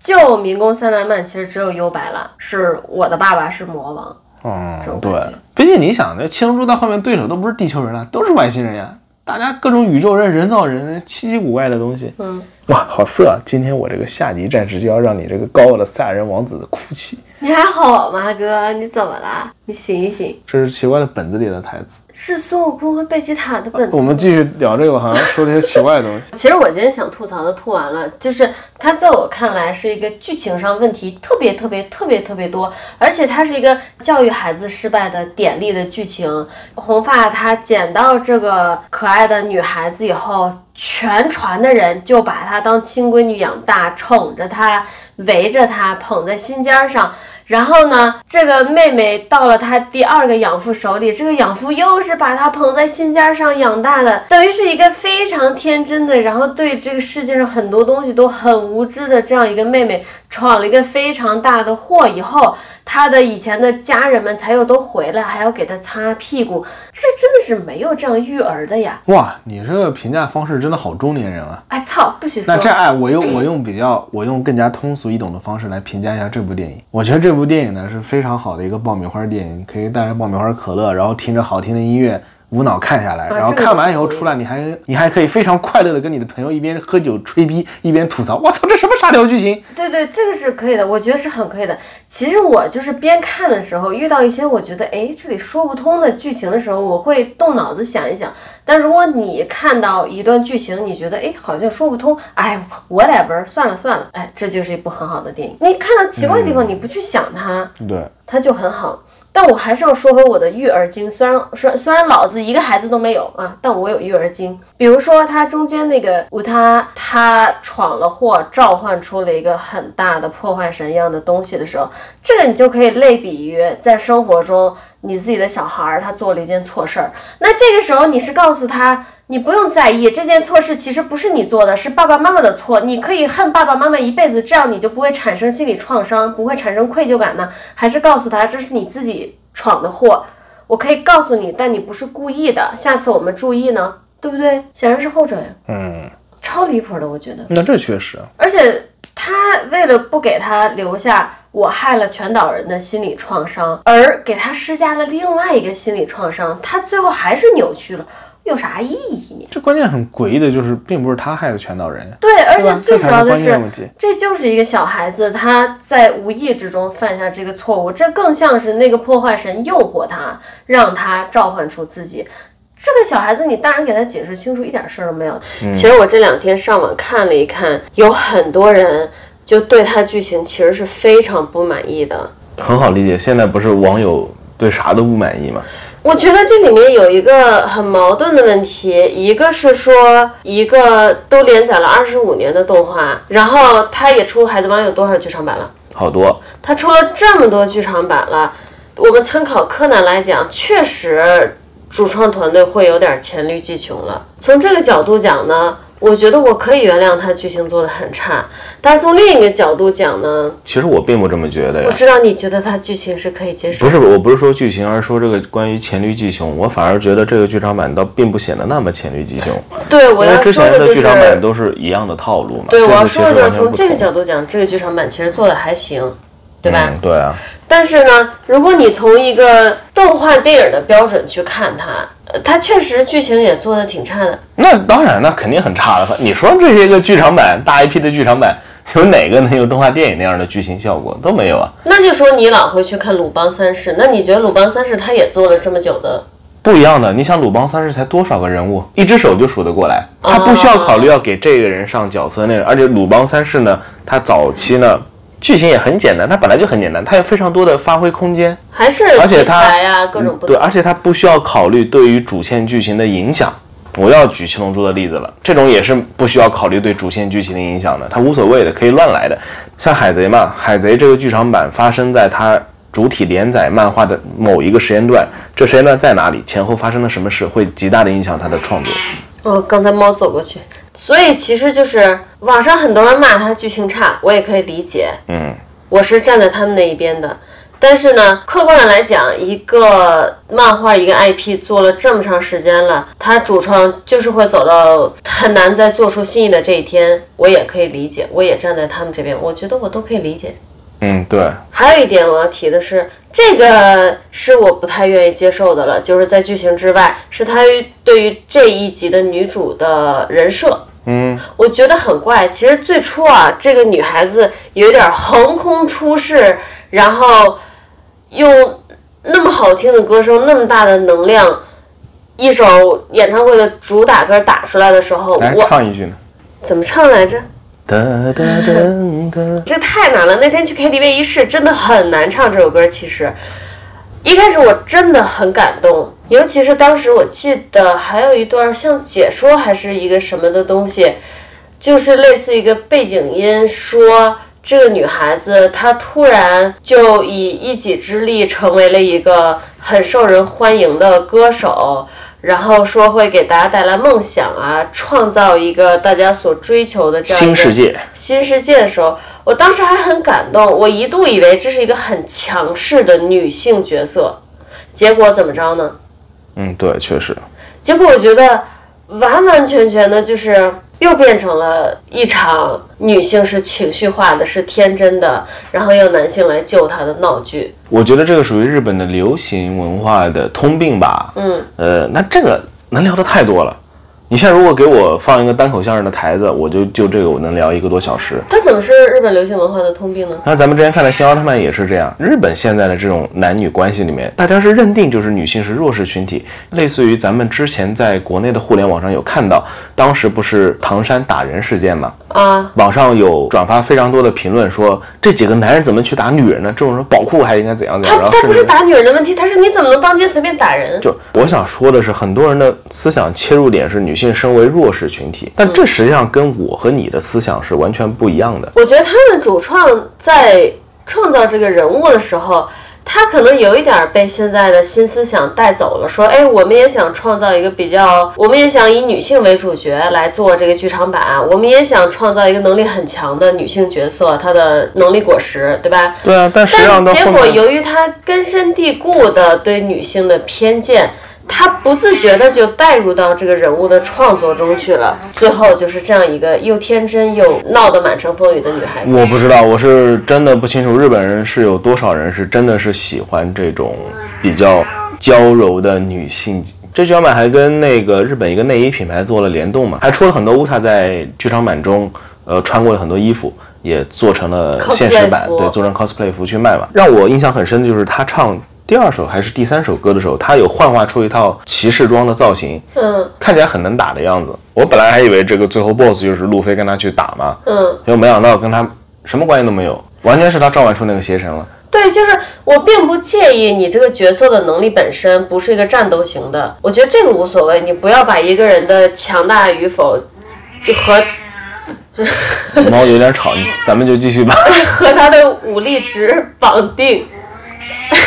Speaker 1: 就民工三大漫，其实只有幽白了，是我的爸爸是魔王。
Speaker 2: 嗯，
Speaker 1: 种
Speaker 2: 对
Speaker 1: 感觉，
Speaker 2: 毕竟你想，这七龙珠到后面对手都不是地球人了，都是外星人呀，大家各种宇宙人、人造人、稀奇古怪的东西。
Speaker 1: 嗯，
Speaker 2: 哇，好色啊！今天我这个下级战士就要让你这个高傲的赛亚人王子哭泣，
Speaker 1: 你还好吗，哥？你怎么啦？你醒一醒。
Speaker 2: 这是奇怪的本子里的台词。
Speaker 1: 是孙悟空和贝吉塔的本子。
Speaker 2: 我们继续聊这个，好像说了些奇怪的东西。
Speaker 1: 其实我今天想吐槽的吐完了，就是它在我看来是一个剧情上问题特别特别特别特别多，而且它是一个教育孩子失败的典例的剧情。红发她捡到这个可爱的女孩子以后，全船的人就把她当亲闺女养大，宠着她，围着她，捧在心尖儿上。然后呢，这个妹妹到了她第二个养父手里，这个养父又是把她捧在心尖上养大的，等于是一个非常天真的，然后对这个世界上很多东西都很无知的这样一个妹妹，闯了一个非常大的祸以后，她的以前的家人们才又都回来，还要给她擦屁股，这真的是没有这样育儿的呀！
Speaker 2: 哇，你这个评价方式真的好中年人啊！
Speaker 1: 哎操，不许说
Speaker 2: 那这哎，我用我用比较我用更加通俗易懂的方式来评价一下这部电影。我觉得这部电影呢是非常好的一个爆米花电影，可以带着爆米花可乐，然后听着好听的音乐，无脑看下来，
Speaker 1: 啊
Speaker 2: 然后
Speaker 1: 这个
Speaker 2: 看完以后
Speaker 1: 倒是
Speaker 2: 出来，你还你还可以非常快乐的跟你的朋友一边喝酒吹逼，一边吐槽，我操，这什么沙雕剧情？
Speaker 1: 对对，这个是可以的，我觉得是很可以的。其实我就是边看的时候，遇到一些我觉得哎这里说不通的剧情的时候，我会动脑子想一想。但如果你看到一段剧情，你觉得哎好像说不通，哎 whatever，算了算了，哎这就是一部很好的电影。你看到奇怪的地方，你不去想它，
Speaker 2: 对，
Speaker 1: 它就很好。但我还是要说回我的育儿经，虽然虽虽然老子一个孩子都没有啊，但我有育儿经。比如说他中间那个乌他，他闯了祸，召唤出了一个很大的破坏神一样的东西的时候，这个你就可以类比于在生活中你自己的小孩儿他做了一件错事儿，那这个时候你是告诉他。你不用在意这件错事，其实不是你做的，是爸爸妈妈的错。你可以恨爸爸妈妈一辈子，这样你就不会产生心理创伤，不会产生愧疚感呢？还是告诉他这是你自己闯的祸？我可以告诉你，但你不是故意的，下次我们注意呢，对不对？显然是后者呀，
Speaker 2: 嗯，
Speaker 1: 超离谱的，我觉得。
Speaker 2: 那这确实，啊
Speaker 1: 而且他为了不给他留下我害了全岛人的心理创伤，而给他施加了另外一个心理创伤，他最后还是扭曲了。有啥意义呢？
Speaker 2: 这关键很诡异的就是，并不是他害的全岛人，
Speaker 1: 对，而且
Speaker 2: 吧
Speaker 1: 最
Speaker 2: 这才
Speaker 1: 主要的
Speaker 2: 是关键
Speaker 1: 是
Speaker 2: 问题，
Speaker 1: 这就是一个小孩子他在无意之中犯下这个错误，这更像是那个破坏神诱惑他，让他召唤出自己。这个小孩子，你大人给他解释清楚一点事儿都没有。
Speaker 2: 嗯
Speaker 1: 其实我这两天上网看了一看，有很多人就对他剧情其实是非常不满意的。
Speaker 2: 很好理解。现在不是网友对啥都不满意嘛？
Speaker 1: 我觉得这里面有一个很矛盾的问题，一个是说一个都连载了二十五年的动画，然后它也出《海贼王》有多少剧场版了？
Speaker 2: 好多
Speaker 1: 它出了这么多剧场版了，我们参考柯南来讲，确实主创团队会有点黔驴技穷了。从这个角度讲呢，我觉得我可以原谅它剧情做的很差，但是从另一个角度讲呢，
Speaker 2: 其实我并不这么觉得呀
Speaker 1: 我。知道你觉得它剧情是可以接受
Speaker 2: 不。是，我不是说剧情，而是说这个关于黔驴技穷。我反而觉得这个剧场版倒并不显得那么黔驴技穷，
Speaker 1: 对，我
Speaker 2: 因为
Speaker 1: 要
Speaker 2: 之
Speaker 1: 说
Speaker 2: 前
Speaker 1: 的
Speaker 2: 的
Speaker 1: 就
Speaker 2: 剧场版
Speaker 1: 是。
Speaker 2: 都是一样的套路嘛。
Speaker 1: 对，
Speaker 2: 这
Speaker 1: 我要
Speaker 2: 次其
Speaker 1: 说的
Speaker 2: 实
Speaker 1: 就
Speaker 2: 完
Speaker 1: 是
Speaker 2: 全不
Speaker 1: 从这个
Speaker 2: 同
Speaker 1: 角度讲，这个剧场版其实做的还行，对吧？
Speaker 2: 嗯，对啊，
Speaker 1: 但是呢，如果你从一个动画电影的标准去看它，呃它确实剧情也做的挺差的。
Speaker 2: 那当然，那肯定很差了。你说这些个剧场版大 IP 的剧场版，有哪个能有动画电影那样的剧情效果？都没有啊。
Speaker 1: 那就说你老会去看《鲁邦三世》，那你觉得《鲁邦三世》他也做了这么久的？
Speaker 2: 不一样的，你想鲁邦三世才多少个人物，一只手就数得过来，他不需要考虑要给这个人上角色那个，而且鲁邦三世呢，他早期呢剧情也很简单，他本来就很简单，他有非常多的发挥空间，
Speaker 1: 还是
Speaker 2: 而且
Speaker 1: 题
Speaker 2: 他
Speaker 1: 材啊，各种不
Speaker 2: 对，
Speaker 1: 同。
Speaker 2: 而且他不需要考虑对于主线剧情的影响。我要举七龙珠的例子了，这种也是不需要考虑对主线剧情的影响的，它无所谓的，可以乱来的。像海贼嘛，海贼这个剧场版发生在它主体连载漫画的某一个时间段，这时间段在哪里，前后发生了什么事，会极大的影响它的创作。
Speaker 1: 哦，刚才猫走过去，所以其实就是网上很多人骂他剧情差，我也可以理解。嗯，我是站在他们那一边的。但是呢，客观的来讲，一个漫画一个 IP 做了这么长时间了，他主创就是会走到很难再做出新意的这一天，我也可以理解，我也站在他们这边，我觉得我都可以理解。
Speaker 2: 嗯，对，
Speaker 1: 还有一点我要提的是，这个是我不太愿意接受的了，就是在剧情之外，是他对于这一集的女主的人设。嗯，我觉得很怪。其实最初啊，这个女孩子有点横空出世，然后用那么好听的歌声，那么大的能量，一首演唱会的主打歌打出来的时候，
Speaker 2: 来
Speaker 1: 我
Speaker 2: 唱一句呢。
Speaker 1: 怎么唱来着？
Speaker 2: 哒哒哒 哒，
Speaker 1: 这太难了。那天去 KTV 一试，真的很难唱这首歌。其实一开始我真的很感动，尤其是当时我记得还有一段像解说还是一个什么的东西，就是类似一个背景音说。这个女孩子她突然就以一己之力成为了一个很受人欢迎的歌手，然后说会给大家带来梦想啊，创造一个大家所追求的这样一
Speaker 2: 新
Speaker 1: 个
Speaker 2: 世界。
Speaker 1: 新世界的时候，我当时还很感动，我一度以为这是一个很强势的女性角色，结果怎么着呢？
Speaker 2: 嗯，对，确实。
Speaker 1: 结果我觉得完完全全的就是又变成了一场女性是情绪化的、是天真的，然后要男性来救她的闹剧。
Speaker 2: 我觉得这个属于日本的流行文化的通病吧。嗯，呃，那这个能聊的太多了。你现在如果给我放一个单口相声的台子，我就就这个我能聊一个多小时。
Speaker 1: 它怎么是日本流行文化的通病呢？
Speaker 2: 那咱们之前看的《新奥特曼》也是这样，日本现在的这种男女关系里面，大家是认定就是女性是弱势群体，类似于咱们之前在国内的互联网上有看到，当时不是唐山打人事件嘛，
Speaker 1: 啊，
Speaker 2: 网上有转发非常多的评论说这几个男人怎么去打女人呢？这种人保护还应该怎样怎
Speaker 1: 他
Speaker 2: 样，然后
Speaker 1: 他
Speaker 2: 甚
Speaker 1: 不
Speaker 2: 至
Speaker 1: 是打女人的问题，他是你怎么能当街随便打人？
Speaker 2: 就我想说的是，很多人的思想切入点是女性身为弱势群体，
Speaker 1: 嗯
Speaker 2: 但这实际上跟我和你的思想是完全不一样的。
Speaker 1: 我觉得他们主创在创造这个人物的时候，他可能有一点儿被现在的新思想带走了，说，哎，我们也想创造一个比较，我们也想以女性为主角来做这个剧场版，我们也想创造一个能力很强的女性角色，她的能力果实，对吧？
Speaker 2: 对啊， 但实际
Speaker 1: 但
Speaker 2: 上到
Speaker 1: 结
Speaker 2: 后
Speaker 1: 果
Speaker 2: 面，
Speaker 1: 由于他根深蒂固的对女性的偏见，他不自觉的就带入到这个人物的创作中去了，最后就是这样一个又天真又闹得满城风雨的女孩子。
Speaker 2: 我不知道，我是真的不清楚日本人是有多少人是真的是喜欢这种比较娇柔的女性这剧场版还跟那个日本一个内衣品牌做了联动嘛，还出了很多乌塔在剧场版中呃穿过的很多衣服，也做成了
Speaker 1: Cosplay
Speaker 2: 现实版，
Speaker 1: 服
Speaker 2: 对，做成 cosplay 服去卖嘛。让我印象很深的就是他唱第二首还是第三首歌的时候，他有幻化出一套骑士装的造型，
Speaker 1: 嗯
Speaker 2: 看起来很能打的样子。我本来还以为这个最后 BOSS 就是路飞跟他去打嘛，
Speaker 1: 嗯，
Speaker 2: 结果没想到跟他什么关系都没有，完全是他召唤出那个邪神了。
Speaker 1: 对，就是我并不介意你这个角色的能力本身不是一个战斗型的，我觉得这个无所谓，你不要把一个人的强大与否就和
Speaker 2: 猫有点吵，你咱们就继续吧。
Speaker 1: 和他的武力值绑定。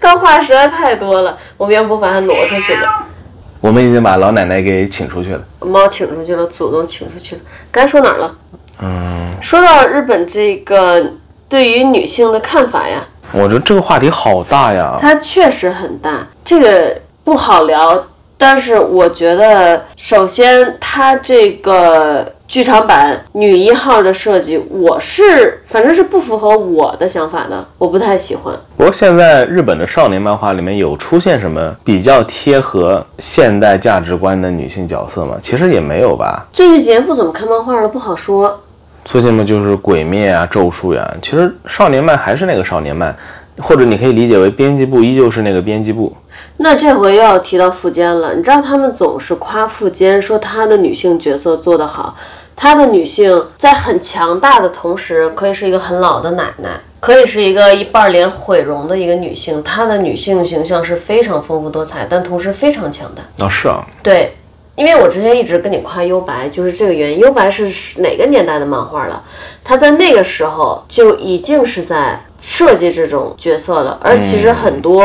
Speaker 1: 他话实在太多了，我们要不把他挪出去吧？
Speaker 2: 我们已经把老奶奶给请出去了。
Speaker 1: 猫请出去了，祖宗请出去了。该说哪儿了？嗯，说到日本这个对于女性的看法呀，
Speaker 2: 我觉得这个话题好大呀，
Speaker 1: 它确实很大，这个不好聊。但是我觉得，首先它这个剧场版女一号的设计，我是反正是不符合我的想法的，我不太喜欢。
Speaker 2: 不过现在日本的少年漫画里面有出现什么比较贴合现代价值观的女性角色吗？其实也没有吧。
Speaker 1: 最近几年不怎么看漫画了，不好说。
Speaker 2: 最近嘛就是《鬼灭》啊，《咒术》呀、其实少年漫还是那个少年漫，或者你可以理解为编辑部依旧是那个编辑部。
Speaker 1: 那这回又要提到富坚了，你知道他们总是夸富坚，说他的女性角色做得好，他的女性在很强大的同时，可以是一个很老的奶奶，可以是一个一半脸毁容的一个女性，她的女性形象是非常丰富多彩，但同时非常强大。
Speaker 2: 哦，是啊，
Speaker 1: 对，因为我之前一直跟你夸幽白，就是这个原因。幽白是哪个年代的漫画了？他在那个时候就已经是在设计这种角色了，而其实很多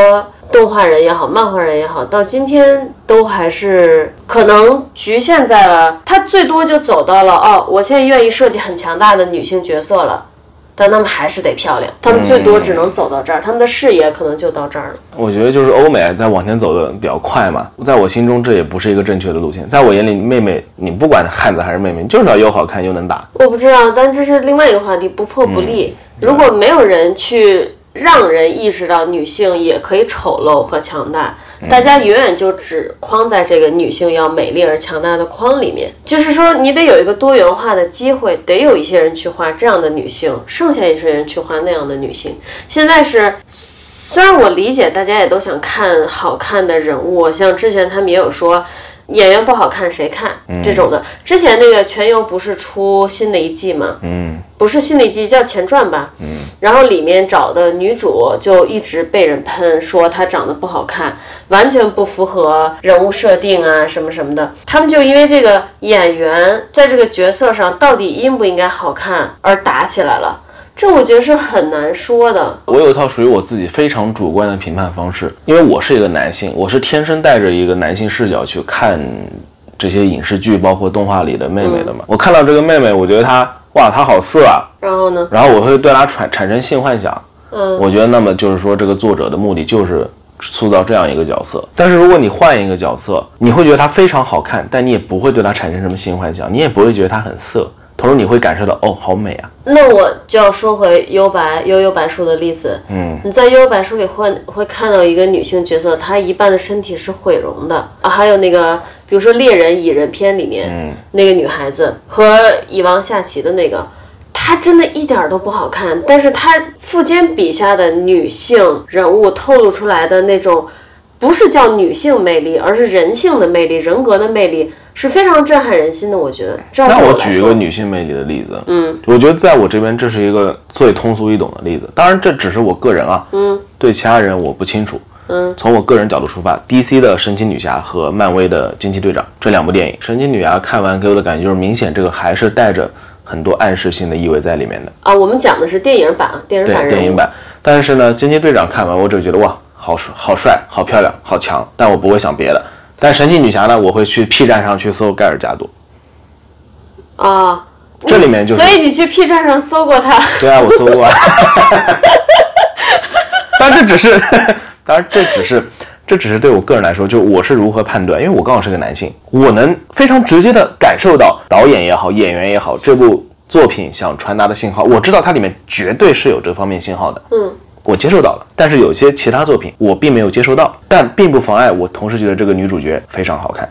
Speaker 1: 动画人也好，漫画人也好，到今天都还是可能局限在了，他最多就走到了哦，我现在愿意设计很强大的女性角色了。但他们还是得漂亮，他们最多只能走到这儿，他们的视野可能就到这儿了。
Speaker 2: 我觉得就是欧美在往前走的比较快嘛，在我心中这也不是一个正确的路线。在我眼里，妹妹你不管汉子还是妹妹，你就是要又好看又能打。
Speaker 1: 我不知道，但这是另外一个话题，不破不立。如果没有人去让人意识到女性也可以丑陋和强大，大家永远就只框在这个女性要美丽而强大的框里面。就是说，你得有一个多元化的机会，得有一些人去画这样的女性，剩下一些人去画那样的女性。现在是虽然我理解大家也都想看好看的人物，像之前他们也有说演员不好看谁看这种的。之前那个《全游》不是出新的一季吗？嗯，不是新的一季，叫前传吧。嗯，然后里面找的女主就一直被人喷，说她长得不好看，完全不符合人物设定啊什么什么的。他们就因为这个演员在这个角色上到底应不应该好看而打起来了。这我觉得是很难说的，
Speaker 2: 我有一套属于我自己非常主观的评判方式，因为我是一个男性，我是天生带着一个男性视角去看这些影视剧，包括动画里的妹妹的嘛。我看到这个妹妹，我觉得她哇，她好色啊，
Speaker 1: 然后呢？
Speaker 2: 然后我会对她产产生性幻想。嗯，我觉得那么就是说，这个作者的目的就是塑造这样一个角色。但是如果你换一个角色，你会觉得她非常好看，但你也不会对她产生什么性幻想，你也不会觉得她很色，同时你会感受到哦，好美啊。
Speaker 1: 那我就要说回幽白幽幽白书的例子，嗯，你在幽白书里会会看到一个女性角色，她一半的身体是毁容的啊，还有那个比如说猎人蚁人篇里面、
Speaker 2: 嗯
Speaker 1: 那个女孩子和蚁王下棋的那个，她真的一点儿都不好看，但是她富坚笔下的女性人物透露出来的那种不是叫女性魅力，而是人性的魅力、人格的魅力，是非常震撼人心的。我觉得，这样
Speaker 2: 那
Speaker 1: 对
Speaker 2: 我
Speaker 1: 来
Speaker 2: 举一
Speaker 1: 说
Speaker 2: 个女性魅力的例子，嗯，我觉得在我这边这是一个最通俗易懂的例子，当然这只是我个人啊，嗯，对其他人我不清楚，嗯，从我个人角度出发，DC 的神奇女侠和漫威的惊奇队长这两部电影，神奇女侠看完给我的感觉就是明显这个还是带着很多暗示性的意味在里面的，
Speaker 1: 啊，我们讲的是电影版，电影版
Speaker 2: 对
Speaker 1: 人物
Speaker 2: 电影版，但是呢，惊奇队长看完我只觉得哇，好帅，好帅，好漂亮，好强，但我不会想别的。但神奇女侠呢，我会去 P 站上去搜盖尔加朵，
Speaker 1: 啊，
Speaker 2: 这里面就是
Speaker 1: 所以你去 P 站上搜过他，
Speaker 2: 对啊，我搜过。但这只是，当然这只是，这只是对我个人来说，就我是如何判断，因为我刚好是个男性，我能非常直接的感受到导演也好，演员也好，这部作品想传达的信号，我知道它里面绝对是有这方面信号的。嗯，我接受到了，但是有些其他作品我并没有接受到，但并不妨碍我同时觉得这个女主角非常好看。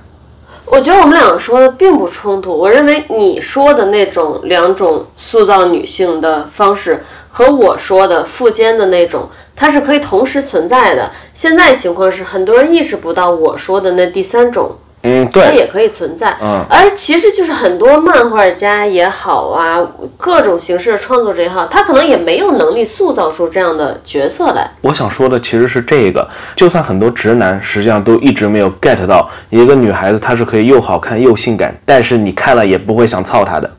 Speaker 1: 我觉得我们两个说的并不冲突。我认为你说的那种两种塑造女性的方式，和我说的富坚的那种，它是可以同时存在的。现在情况是，很多人意识不到我说的那第三种，
Speaker 2: 嗯，
Speaker 1: 它
Speaker 2: 对，
Speaker 1: 也可以存在。
Speaker 2: 嗯
Speaker 1: 而其实就是很多漫画家也好啊，各种形式的创作者也好，他可能也没有能力塑造出这样的角色来。
Speaker 2: 我想说的其实是这个，就算很多直男实际上都一直没有 get 到，一个女孩子她是可以又好看又性感，但是你看了也不会想操她的，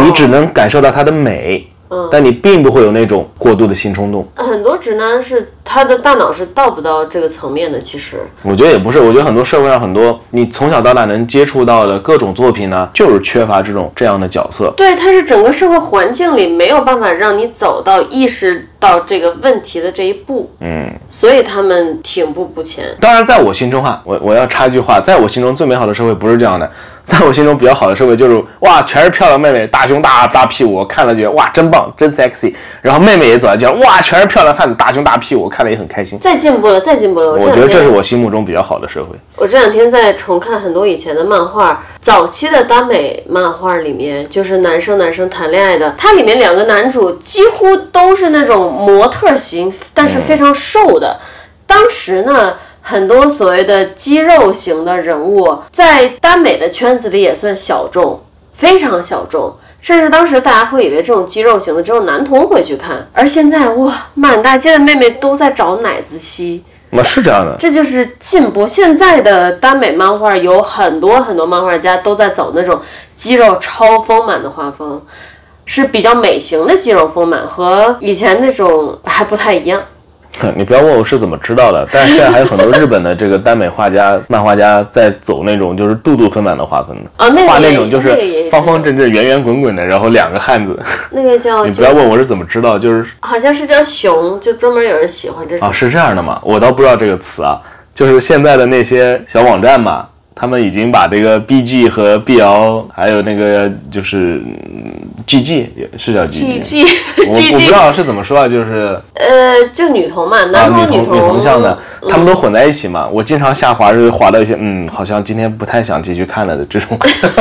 Speaker 2: 你只能感受到她的美，但你并不会有那种过度的性冲动。
Speaker 1: 很多直男是他的大脑是到不到这个层面的，其实。
Speaker 2: 我觉得也不是，我觉得很多社会上很多你从小到大能接触到的各种作品呢，就是缺乏这种这样的角色。
Speaker 1: 对，它是整个社会环境里没有办法让你走到意识到这个问题的这一步，嗯，所以他们挺步不前。
Speaker 2: 当然，在我心中哈，我我要插一句话，在我心中最美好的社会不是这样的，在我心中比较好的社会就是哇，全是漂亮妹妹，大胸大大屁股，我看了觉得哇真棒，真 sexy。然后妹妹也走在街上，哇，全是漂亮汉子，大胸大屁股，我看了也很开心。
Speaker 1: 再进步了，再进步了。我这
Speaker 2: 我
Speaker 1: 两
Speaker 2: 觉得
Speaker 1: 天
Speaker 2: 这是我心目中比较好的社会。
Speaker 1: 我这两天在重看很多以前的漫画，早期的耽美漫画里面，就是男生男生谈恋爱的，它里面两个男主几乎都是那种模特型，但是非常瘦的。当时呢，很多所谓的肌肉型的人物，在耽美的圈子里也算小众，非常小众。甚至当时大家会以为这种肌肉型的只有男童会去看，而现在哇，满大街的妹妹都在找奶子吸。
Speaker 2: 那是这样的，
Speaker 1: 这就是进步。现在的耽美漫画有很多很多漫画家都在走那种肌肉超丰满的画风，是比较美型的肌肉丰满，和以前那种还不太一样。
Speaker 2: 你不要问我是怎么知道的，但是现在还有很多日本的这个耽美画家、漫画家在走那种就是肚肚丰满的画风的。
Speaker 1: 啊，那个
Speaker 2: 画那
Speaker 1: 也
Speaker 2: 种就
Speaker 1: 那个也
Speaker 2: 是
Speaker 1: 知
Speaker 2: 方方
Speaker 1: 道
Speaker 2: 正正、圆圆滚滚的，然后两个汉子。
Speaker 1: 那个叫
Speaker 2: 你不
Speaker 1: 就
Speaker 2: 要问我是怎么知道，就是
Speaker 1: 好像是叫熊，就专门有人喜欢这种。
Speaker 2: 啊，是这样的吗？我倒不知道这个词啊，就是现在的那些小网站嘛，他们已经把这个 BG 和 BL，还有那个就是嗯 GG 也是叫
Speaker 1: G
Speaker 2: GG，,
Speaker 1: G
Speaker 2: 我
Speaker 1: G
Speaker 2: 我不知
Speaker 1: G，
Speaker 2: 道是怎么说啊，就是
Speaker 1: 呃，就女嗯童嘛，
Speaker 2: 啊
Speaker 1: 男童
Speaker 2: 女
Speaker 1: 童
Speaker 2: 同女同向的，他们都混在一起嘛。我经常下滑是滑到一些嗯，好像今天不太想继续看了的这种。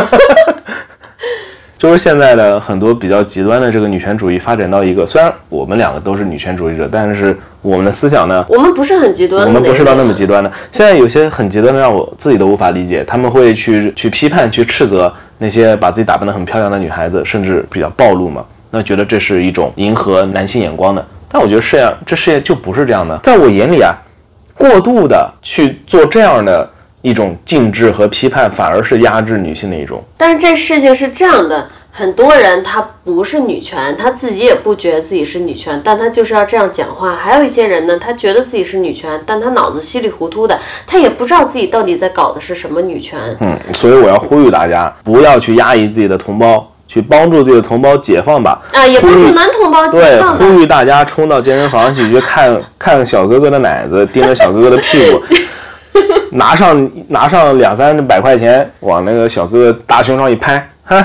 Speaker 2: 就是现在的很多比较极端的这个女权主义发展到一个，虽然我们两个都是女权主义者，但是我们的思想呢，
Speaker 1: 我们不是很极端的
Speaker 2: 我
Speaker 1: 一
Speaker 2: 们
Speaker 1: 面，
Speaker 2: 不是到那么极端的。现在有些很极端的，让我自己都无法理解。他们会去去批判、去斥责那些把自己打扮得很漂亮的女孩子，甚至比较暴露嘛。那觉得这是一种迎合男性眼光的。但我觉得世界上这世界就不是这样的。在我眼里啊，过度的去做这样的一种禁制和批判，反而是压制女性的一种。
Speaker 1: 但是这事情是这样的，很多人他不是女权，他自己也不觉得自己是女权，但他就是要这样讲话。还有一些人呢，他觉得自己是女权，但他脑子稀里糊涂的，他也不知道自己到底在搞的是什么女权。
Speaker 2: 嗯，所以我要呼吁大家，不要去压抑自己的同胞，去帮助自己的同胞解放吧。
Speaker 1: 啊，也
Speaker 2: 呼
Speaker 1: 帮
Speaker 2: 吁
Speaker 1: 助男同胞解
Speaker 2: 对，
Speaker 1: 放吧。
Speaker 2: 呼吁大家冲到健身房去，去看看小哥哥的奶子，盯着小哥哥的屁股，拿上拿上两三百块钱，往那个小哥哥大胸上一拍，哼，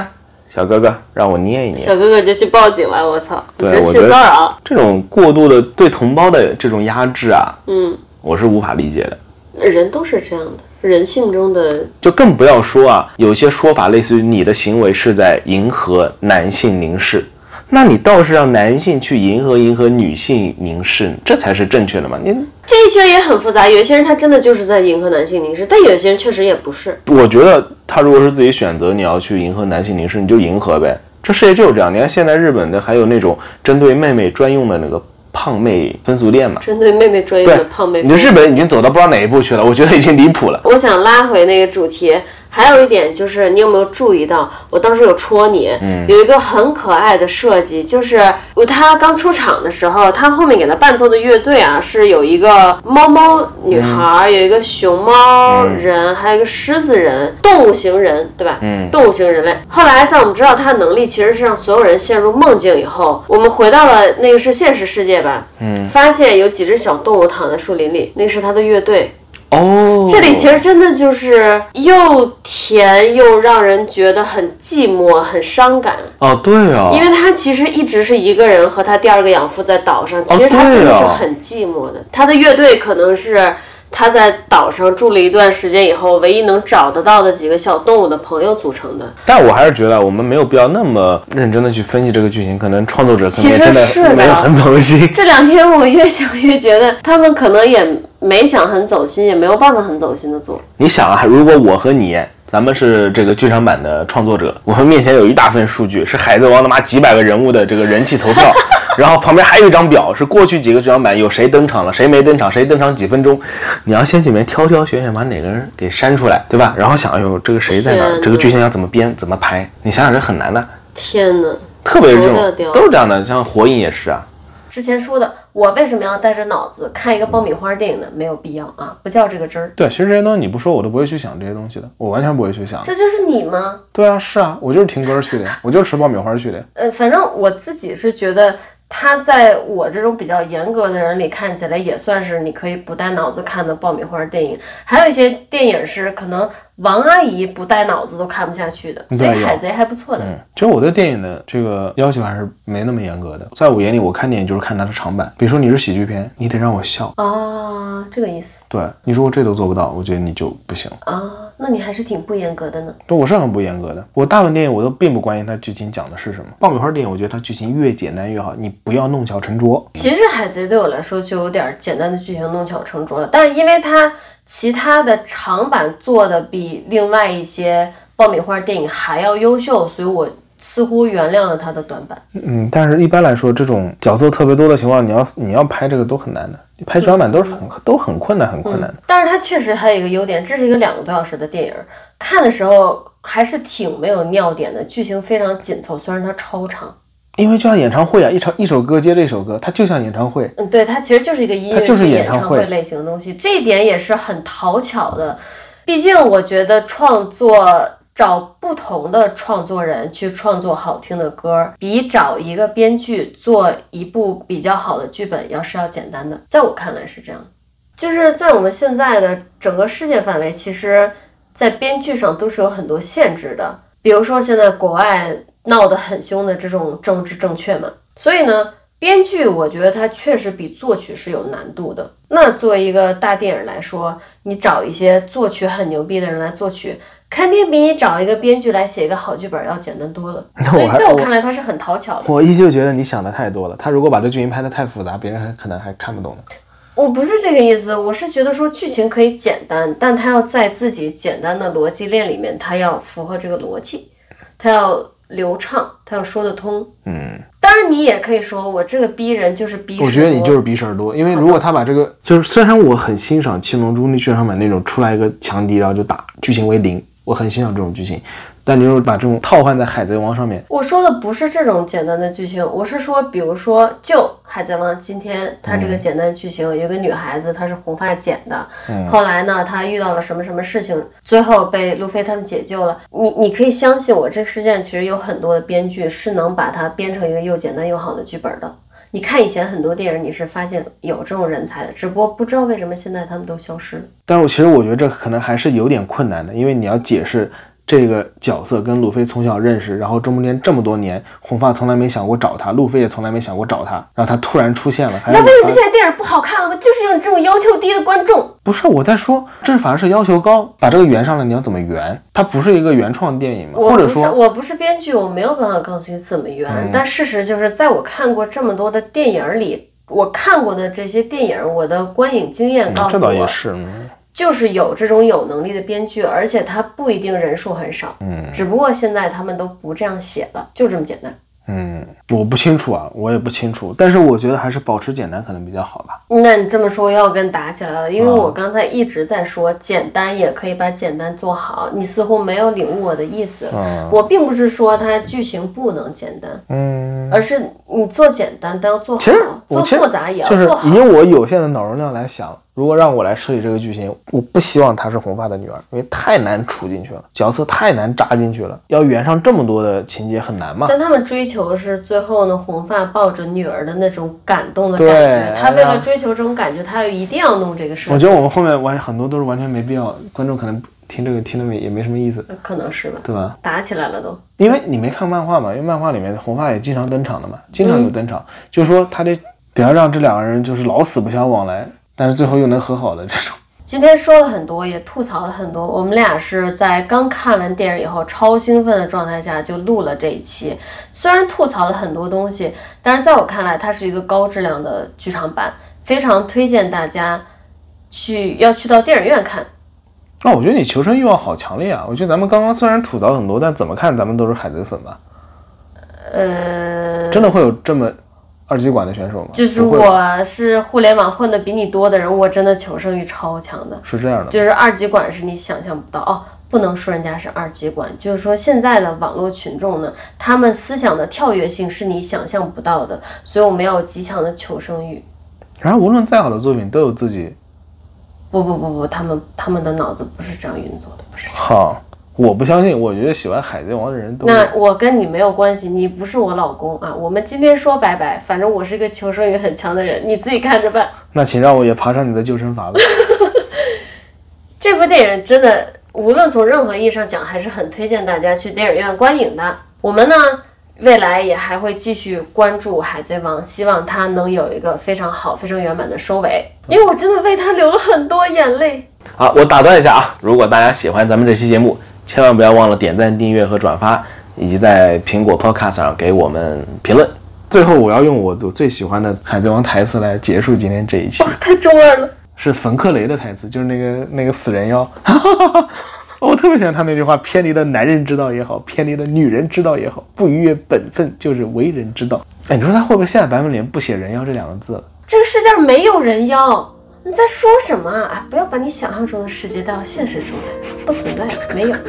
Speaker 2: 小哥哥让我捏一捏。
Speaker 1: 小哥哥就去报警了，我操！你
Speaker 2: 对
Speaker 1: 这
Speaker 2: 我
Speaker 1: 性
Speaker 2: 觉得
Speaker 1: 骚扰。
Speaker 2: 这种过度的对同胞的这种压制啊，嗯，我是无法理解的。
Speaker 1: 人都是这样的，人性中的
Speaker 2: 就更不要说啊，有些说法类似于你的行为是在迎合男性凝视，那你倒是让男性去迎合迎合女性凝视，这才是正确的嘛。你
Speaker 1: 这其实也很复杂。有一些人他真的就是在迎合男性凝视，但有些人确实也不是。
Speaker 2: 我觉得他如果是自己选择，你要去迎合男性凝视，你就迎合呗。这世界就是这样。你看现在日本的还有那种针对妹妹专用的那个胖妹分俗恋嘛，
Speaker 1: 针对妹妹专业
Speaker 2: 对
Speaker 1: 的胖妹，
Speaker 2: 你日本已经走到不知道哪一步去了，我觉得已经离谱了。
Speaker 1: 我想拉回那个主题，还有一点就是，你有没有注意到，我当时有戳你，有一个很可爱的设计，就是我他刚出场的时候，他后面给他伴奏的乐队啊，是有一个猫猫女孩，有一个熊猫人，还有一个狮子人，动物型人，对吧？嗯，动物型人类。后来在我们知道他的能力其实是让所有人陷入梦境以后，我们回到了那个是现实世界吧，嗯，发现有几只小动物躺在树林里，那个是他的乐队。
Speaker 2: 哦，
Speaker 1: 这里其实真的就是又甜又让人觉得很寂寞、很伤感，
Speaker 2: 哦，对啊，
Speaker 1: 因为他其实一直是一个人和他第二个养父在岛上，其实他真的是很寂寞的。他的乐队可能是他在岛上住了一段时间以后，唯一能找得到的几个小动物的朋友组成的。
Speaker 2: 但我还是觉得我们没有必要那么认真的去分析这个剧情，可能创作者可
Speaker 1: 其
Speaker 2: 能
Speaker 1: 实
Speaker 2: 真
Speaker 1: 是的
Speaker 2: 没有很走心。
Speaker 1: 这两天我越想越觉得，他们可能也没想很走心，也没有办法很走心的做。
Speaker 2: 你想啊，如果我和你，咱们是这个剧场版的创作者，我们面前有一大份数据，是《海贼王》他妈几百个人物的这个人气投 票，然后旁边还有一张表，是过去几个剧场版有谁登场了，谁没登场，谁登场几分钟，你要先去里面挑挑选选，把哪个人给删出来，对吧？然后想，哎呦，这个谁在哪
Speaker 1: 天
Speaker 2: 儿？
Speaker 1: 哪
Speaker 2: 这个剧情要怎么编，怎么排？你想想，这很难的。
Speaker 1: 天哪！
Speaker 2: 特别是
Speaker 1: 多
Speaker 2: 这
Speaker 1: 乐掉
Speaker 2: 种都是这样的，像火影也是啊，
Speaker 1: 之前说的，我为什么要带着脑子看一个爆米花电影呢？没有必要啊，不较这个真儿。
Speaker 2: 对，其实这些东西你不说，我都不会去想这些东西的，我完全不会去想。
Speaker 1: 这就是你吗？
Speaker 2: 对啊，是啊，我就是听歌去的，我就是吃爆米花去的。
Speaker 1: 呃，反正我自己是觉得，他在我这种比较严格的人里看起来也算是你可以不带脑子看的爆米花电影。还有一些电影是可能王阿姨不带脑子都看不下去的，所以
Speaker 2: 对有
Speaker 1: 海贼还不错的。
Speaker 2: 嗯，其实我对电影的这个要求还是没那么严格的，在我眼里，我看电影就是看它的长板。比如说你是喜剧片，你得让我笑。
Speaker 1: 哦，这个意思
Speaker 2: 对你如果这都做不到，我觉得你就不行。
Speaker 1: 啊、那你还是挺不严格的呢。
Speaker 2: 对，我是很不严格的。我大部分电影我都并不关心它剧情讲的是什么。爆米花电影，我觉得它剧情越简单越好，你不要弄巧成拙。
Speaker 1: 其实海贼对我来说就有点简单的剧情弄巧成拙了，但是因为它其他的长板做的比另外一些爆米花电影还要优秀，所以我似乎原谅了它的短板。
Speaker 2: 嗯，但是一般来说，这种角色特别多的情况，你要你要拍这个都很难的，你拍转板都是很都很困难，很困难的。
Speaker 1: 但是它确实还有一个优点，这是一个两个多小时的电影，看的时候还是挺没有尿点的，剧情非常紧凑，虽然它超长。
Speaker 2: 因为就像演唱会啊，一首一首歌接着一首歌，它就像演唱会。
Speaker 1: 嗯，对，它其实就是一个音乐
Speaker 2: 它就是
Speaker 1: 剧
Speaker 2: 演
Speaker 1: 演唱
Speaker 2: 唱会
Speaker 1: 会类型的东西，这一点也是很讨巧的。毕竟我觉得创作找不同的创作人去创作好听的歌，比找一个编剧做一部比较好的剧本要是要简单的，在我看来是这样。就是在我们现在的整个世界范围，其实，在编剧上都是有很多限制的。比如说现在国外闹得很凶的这种政治正确嘛，所以呢，编剧我觉得它确实比作曲是有难度的。那作为一个大电影来说，你找一些作曲很牛逼的人来作曲，肯定比你找一个编剧来写一个好剧本要简单 多了。所以
Speaker 2: 我还
Speaker 1: 在我看来，它是很讨巧的。
Speaker 2: 我依旧觉得你想的太多了。他如果把这剧情拍得太复杂，别人还可能还看不懂呢。
Speaker 1: 我不是这个意思，我是觉得说剧情可以简单，但它要在自己简单的逻辑链里面，它要符合这个逻辑，它要流畅，它要说得通。嗯，当然你也可以说我这个逼人就是逼死多。
Speaker 2: 我觉得你就是鼻屎耳朵，因为如果他把这个，就是虽然我很欣赏《七龙珠》那剧场版那种出来一个强敌，然后就打，剧情为零，我很欣赏这种剧情，但你就是把这种套换在《海贼王》上面，
Speaker 1: 我说的不是这种简单的剧情，我是说，比如说，就《海贼王》今天它这个简单的剧情，有一个女孩子她是红发剪的，后来呢，她遇到了什么什么事情，最后被路飞他们解救了。你你可以相信我，这个事件其实有很多的编剧是能把它编成一个又简单又好的剧本的。你看以前很多电影，你是发现有这种人才的，只不过不知道为什么现在他们都消失了。
Speaker 2: 但是我其实我觉得这可能还是有点困难的，因为你要解释这个角色跟路飞从小认识，然后中间这么多年，红发从来没想过找他，路飞也从来没想过找他，然后他突然出现了，还
Speaker 1: 你知道
Speaker 2: 是
Speaker 1: 为什么
Speaker 2: 反
Speaker 1: 现在电影不好看了吗？就是有你这种要求低的观众。
Speaker 2: 不是我在说，这反而是要求高，把这个圆上来，你要怎么圆？它不是一个原创电影嘛，
Speaker 1: 我
Speaker 2: 或者
Speaker 1: 不是
Speaker 2: 说。
Speaker 1: 我不是编剧，我没有办法告诉你怎么圆。
Speaker 2: 嗯
Speaker 1: 但事实就是，在我看过这么多的电影里，我看过的这些电影，我的观影经验告
Speaker 2: 这
Speaker 1: 诉
Speaker 2: 倒也
Speaker 1: 我，
Speaker 2: 是，嗯
Speaker 1: 就是有这种有能力的编剧，而且他不一定人数很少。嗯，只不过现在他们都不这样写了，就这么简单。
Speaker 2: 嗯，我不清楚啊，我也不清楚，但是我觉得还是保持简单可能比较好吧。
Speaker 1: 那你这么说要跟打起来了，
Speaker 2: 哦
Speaker 1: 因为我刚才一直在说简单也可以把简单做好，你似乎没有领悟我的意思。
Speaker 2: 哦
Speaker 1: 我并不是说它剧情不能简单，嗯，而是你做简单但要做好。
Speaker 2: 其实我
Speaker 1: 做
Speaker 2: 其实
Speaker 1: 复杂也要
Speaker 2: 就是
Speaker 1: 做好。
Speaker 2: 以我有限的脑容量来想，如果让我来设计这个剧情，我不希望她是红发的女儿，因为太难处进去了，角色太难扎进去了，要圆上这么多的情节很难嘛。
Speaker 1: 但他们追求的是最后呢，红发抱着女儿的那种感动的感
Speaker 2: 对
Speaker 1: 觉。他为
Speaker 2: 哎
Speaker 1: 了
Speaker 2: 呀
Speaker 1: 追求这种感觉，他又一定要弄这个事
Speaker 2: 我
Speaker 1: 儿，
Speaker 2: 觉得我们后面完很多都是完全没必要，观众可能听这个听的没也没什么意思，
Speaker 1: 呃可能是吧？
Speaker 2: 对吧？
Speaker 1: 打起来了都，
Speaker 2: 因为你没看漫画嘛，因为漫画里面红发也经常登场的嘛，经常有登场，就是说他得得要让这两个人就是老死不相往来，但是最后又能和好的这种。
Speaker 1: 今天说了很多，也吐槽了很多。我们俩是在刚看完电影以后超兴奋的状态下就录了这一期，虽然吐槽了很多东西，但是在我看来，它是一个高质量的剧场版，非常推荐大家去要去到电影院看。
Speaker 2: 啊，我觉得你求生欲望好强烈啊！我觉得咱们刚刚虽然吐槽很多，但怎么看咱们都是海贼粉吧？呃，真的会有这么二极管的选手吗？
Speaker 1: 就是
Speaker 2: 不会吧
Speaker 1: 我是互联网混的比你多的人，我真的求生欲超强的。
Speaker 2: 是这样的，
Speaker 1: 就是二极管是你想象不到哦，不能说人家是二极管，就是说现在的网络群众呢，他们思想的跳跃性是你想象不到的，所以我们要有极强的求生欲。
Speaker 2: 然而无论再好的作品都有自己
Speaker 1: 不不不不，他们他们的脑子不是这样运作的，不是。
Speaker 2: 好。我不相信，我觉得喜欢海贼王的人都
Speaker 1: 那我跟你没有关系，你不是我老公啊。我们今天说拜拜，反正我是个求生欲很强的人，你自己看着办。
Speaker 2: 那请让我也爬上你的救生筏吧。
Speaker 1: 这部电影真的，无论从任何意义上讲，还是很推荐大家去电影院观影的。我们呢，未来也还会继续关注《海贼王》，希望它能有一个非常好、非常圆满的收尾。因为我真的为它流了很多眼泪。
Speaker 2: 好，我打断一下啊！如果大家喜欢咱们这期节目，千万不要忘了点赞、订阅和转发，以及在苹果 Podcast 上给我们评论。最后，我要用我我最喜欢的《海贼王》台词来结束今天这一期
Speaker 1: 哇，，太中二了！
Speaker 2: 是冯克雷的台词，就是那个那个死人妖。 我特别喜欢他那句话：“偏离了男人之道也好，偏离了女人之道也好，不逾越本分就是为人之道。”哎，你说他会不会现在版本里面不写“人妖”这两个字了？
Speaker 1: 这个世界上没有人妖，你在说什么啊？哎不要把你想象中的世界带到现实中来，不存在，没有。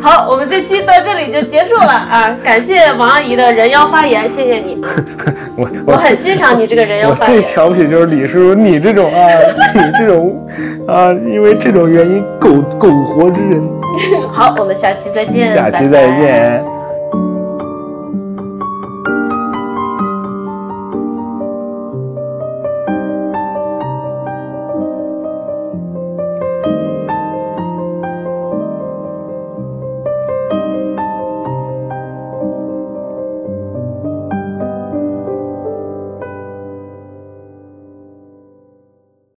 Speaker 1: 好，我们这期到这里就结束了啊！感谢王阿姨的人妖发言，谢谢你啊！
Speaker 2: 我
Speaker 1: 我
Speaker 2: 我
Speaker 1: 很欣赏你这个人妖
Speaker 2: 我
Speaker 1: 发言
Speaker 2: 最。瞧不起就是李叔叔你这种啊， 你这种啊，因 为这种原因苟苟活之人。
Speaker 1: 好，我们下期再见，
Speaker 2: 下期
Speaker 1: 拜拜
Speaker 2: 再见。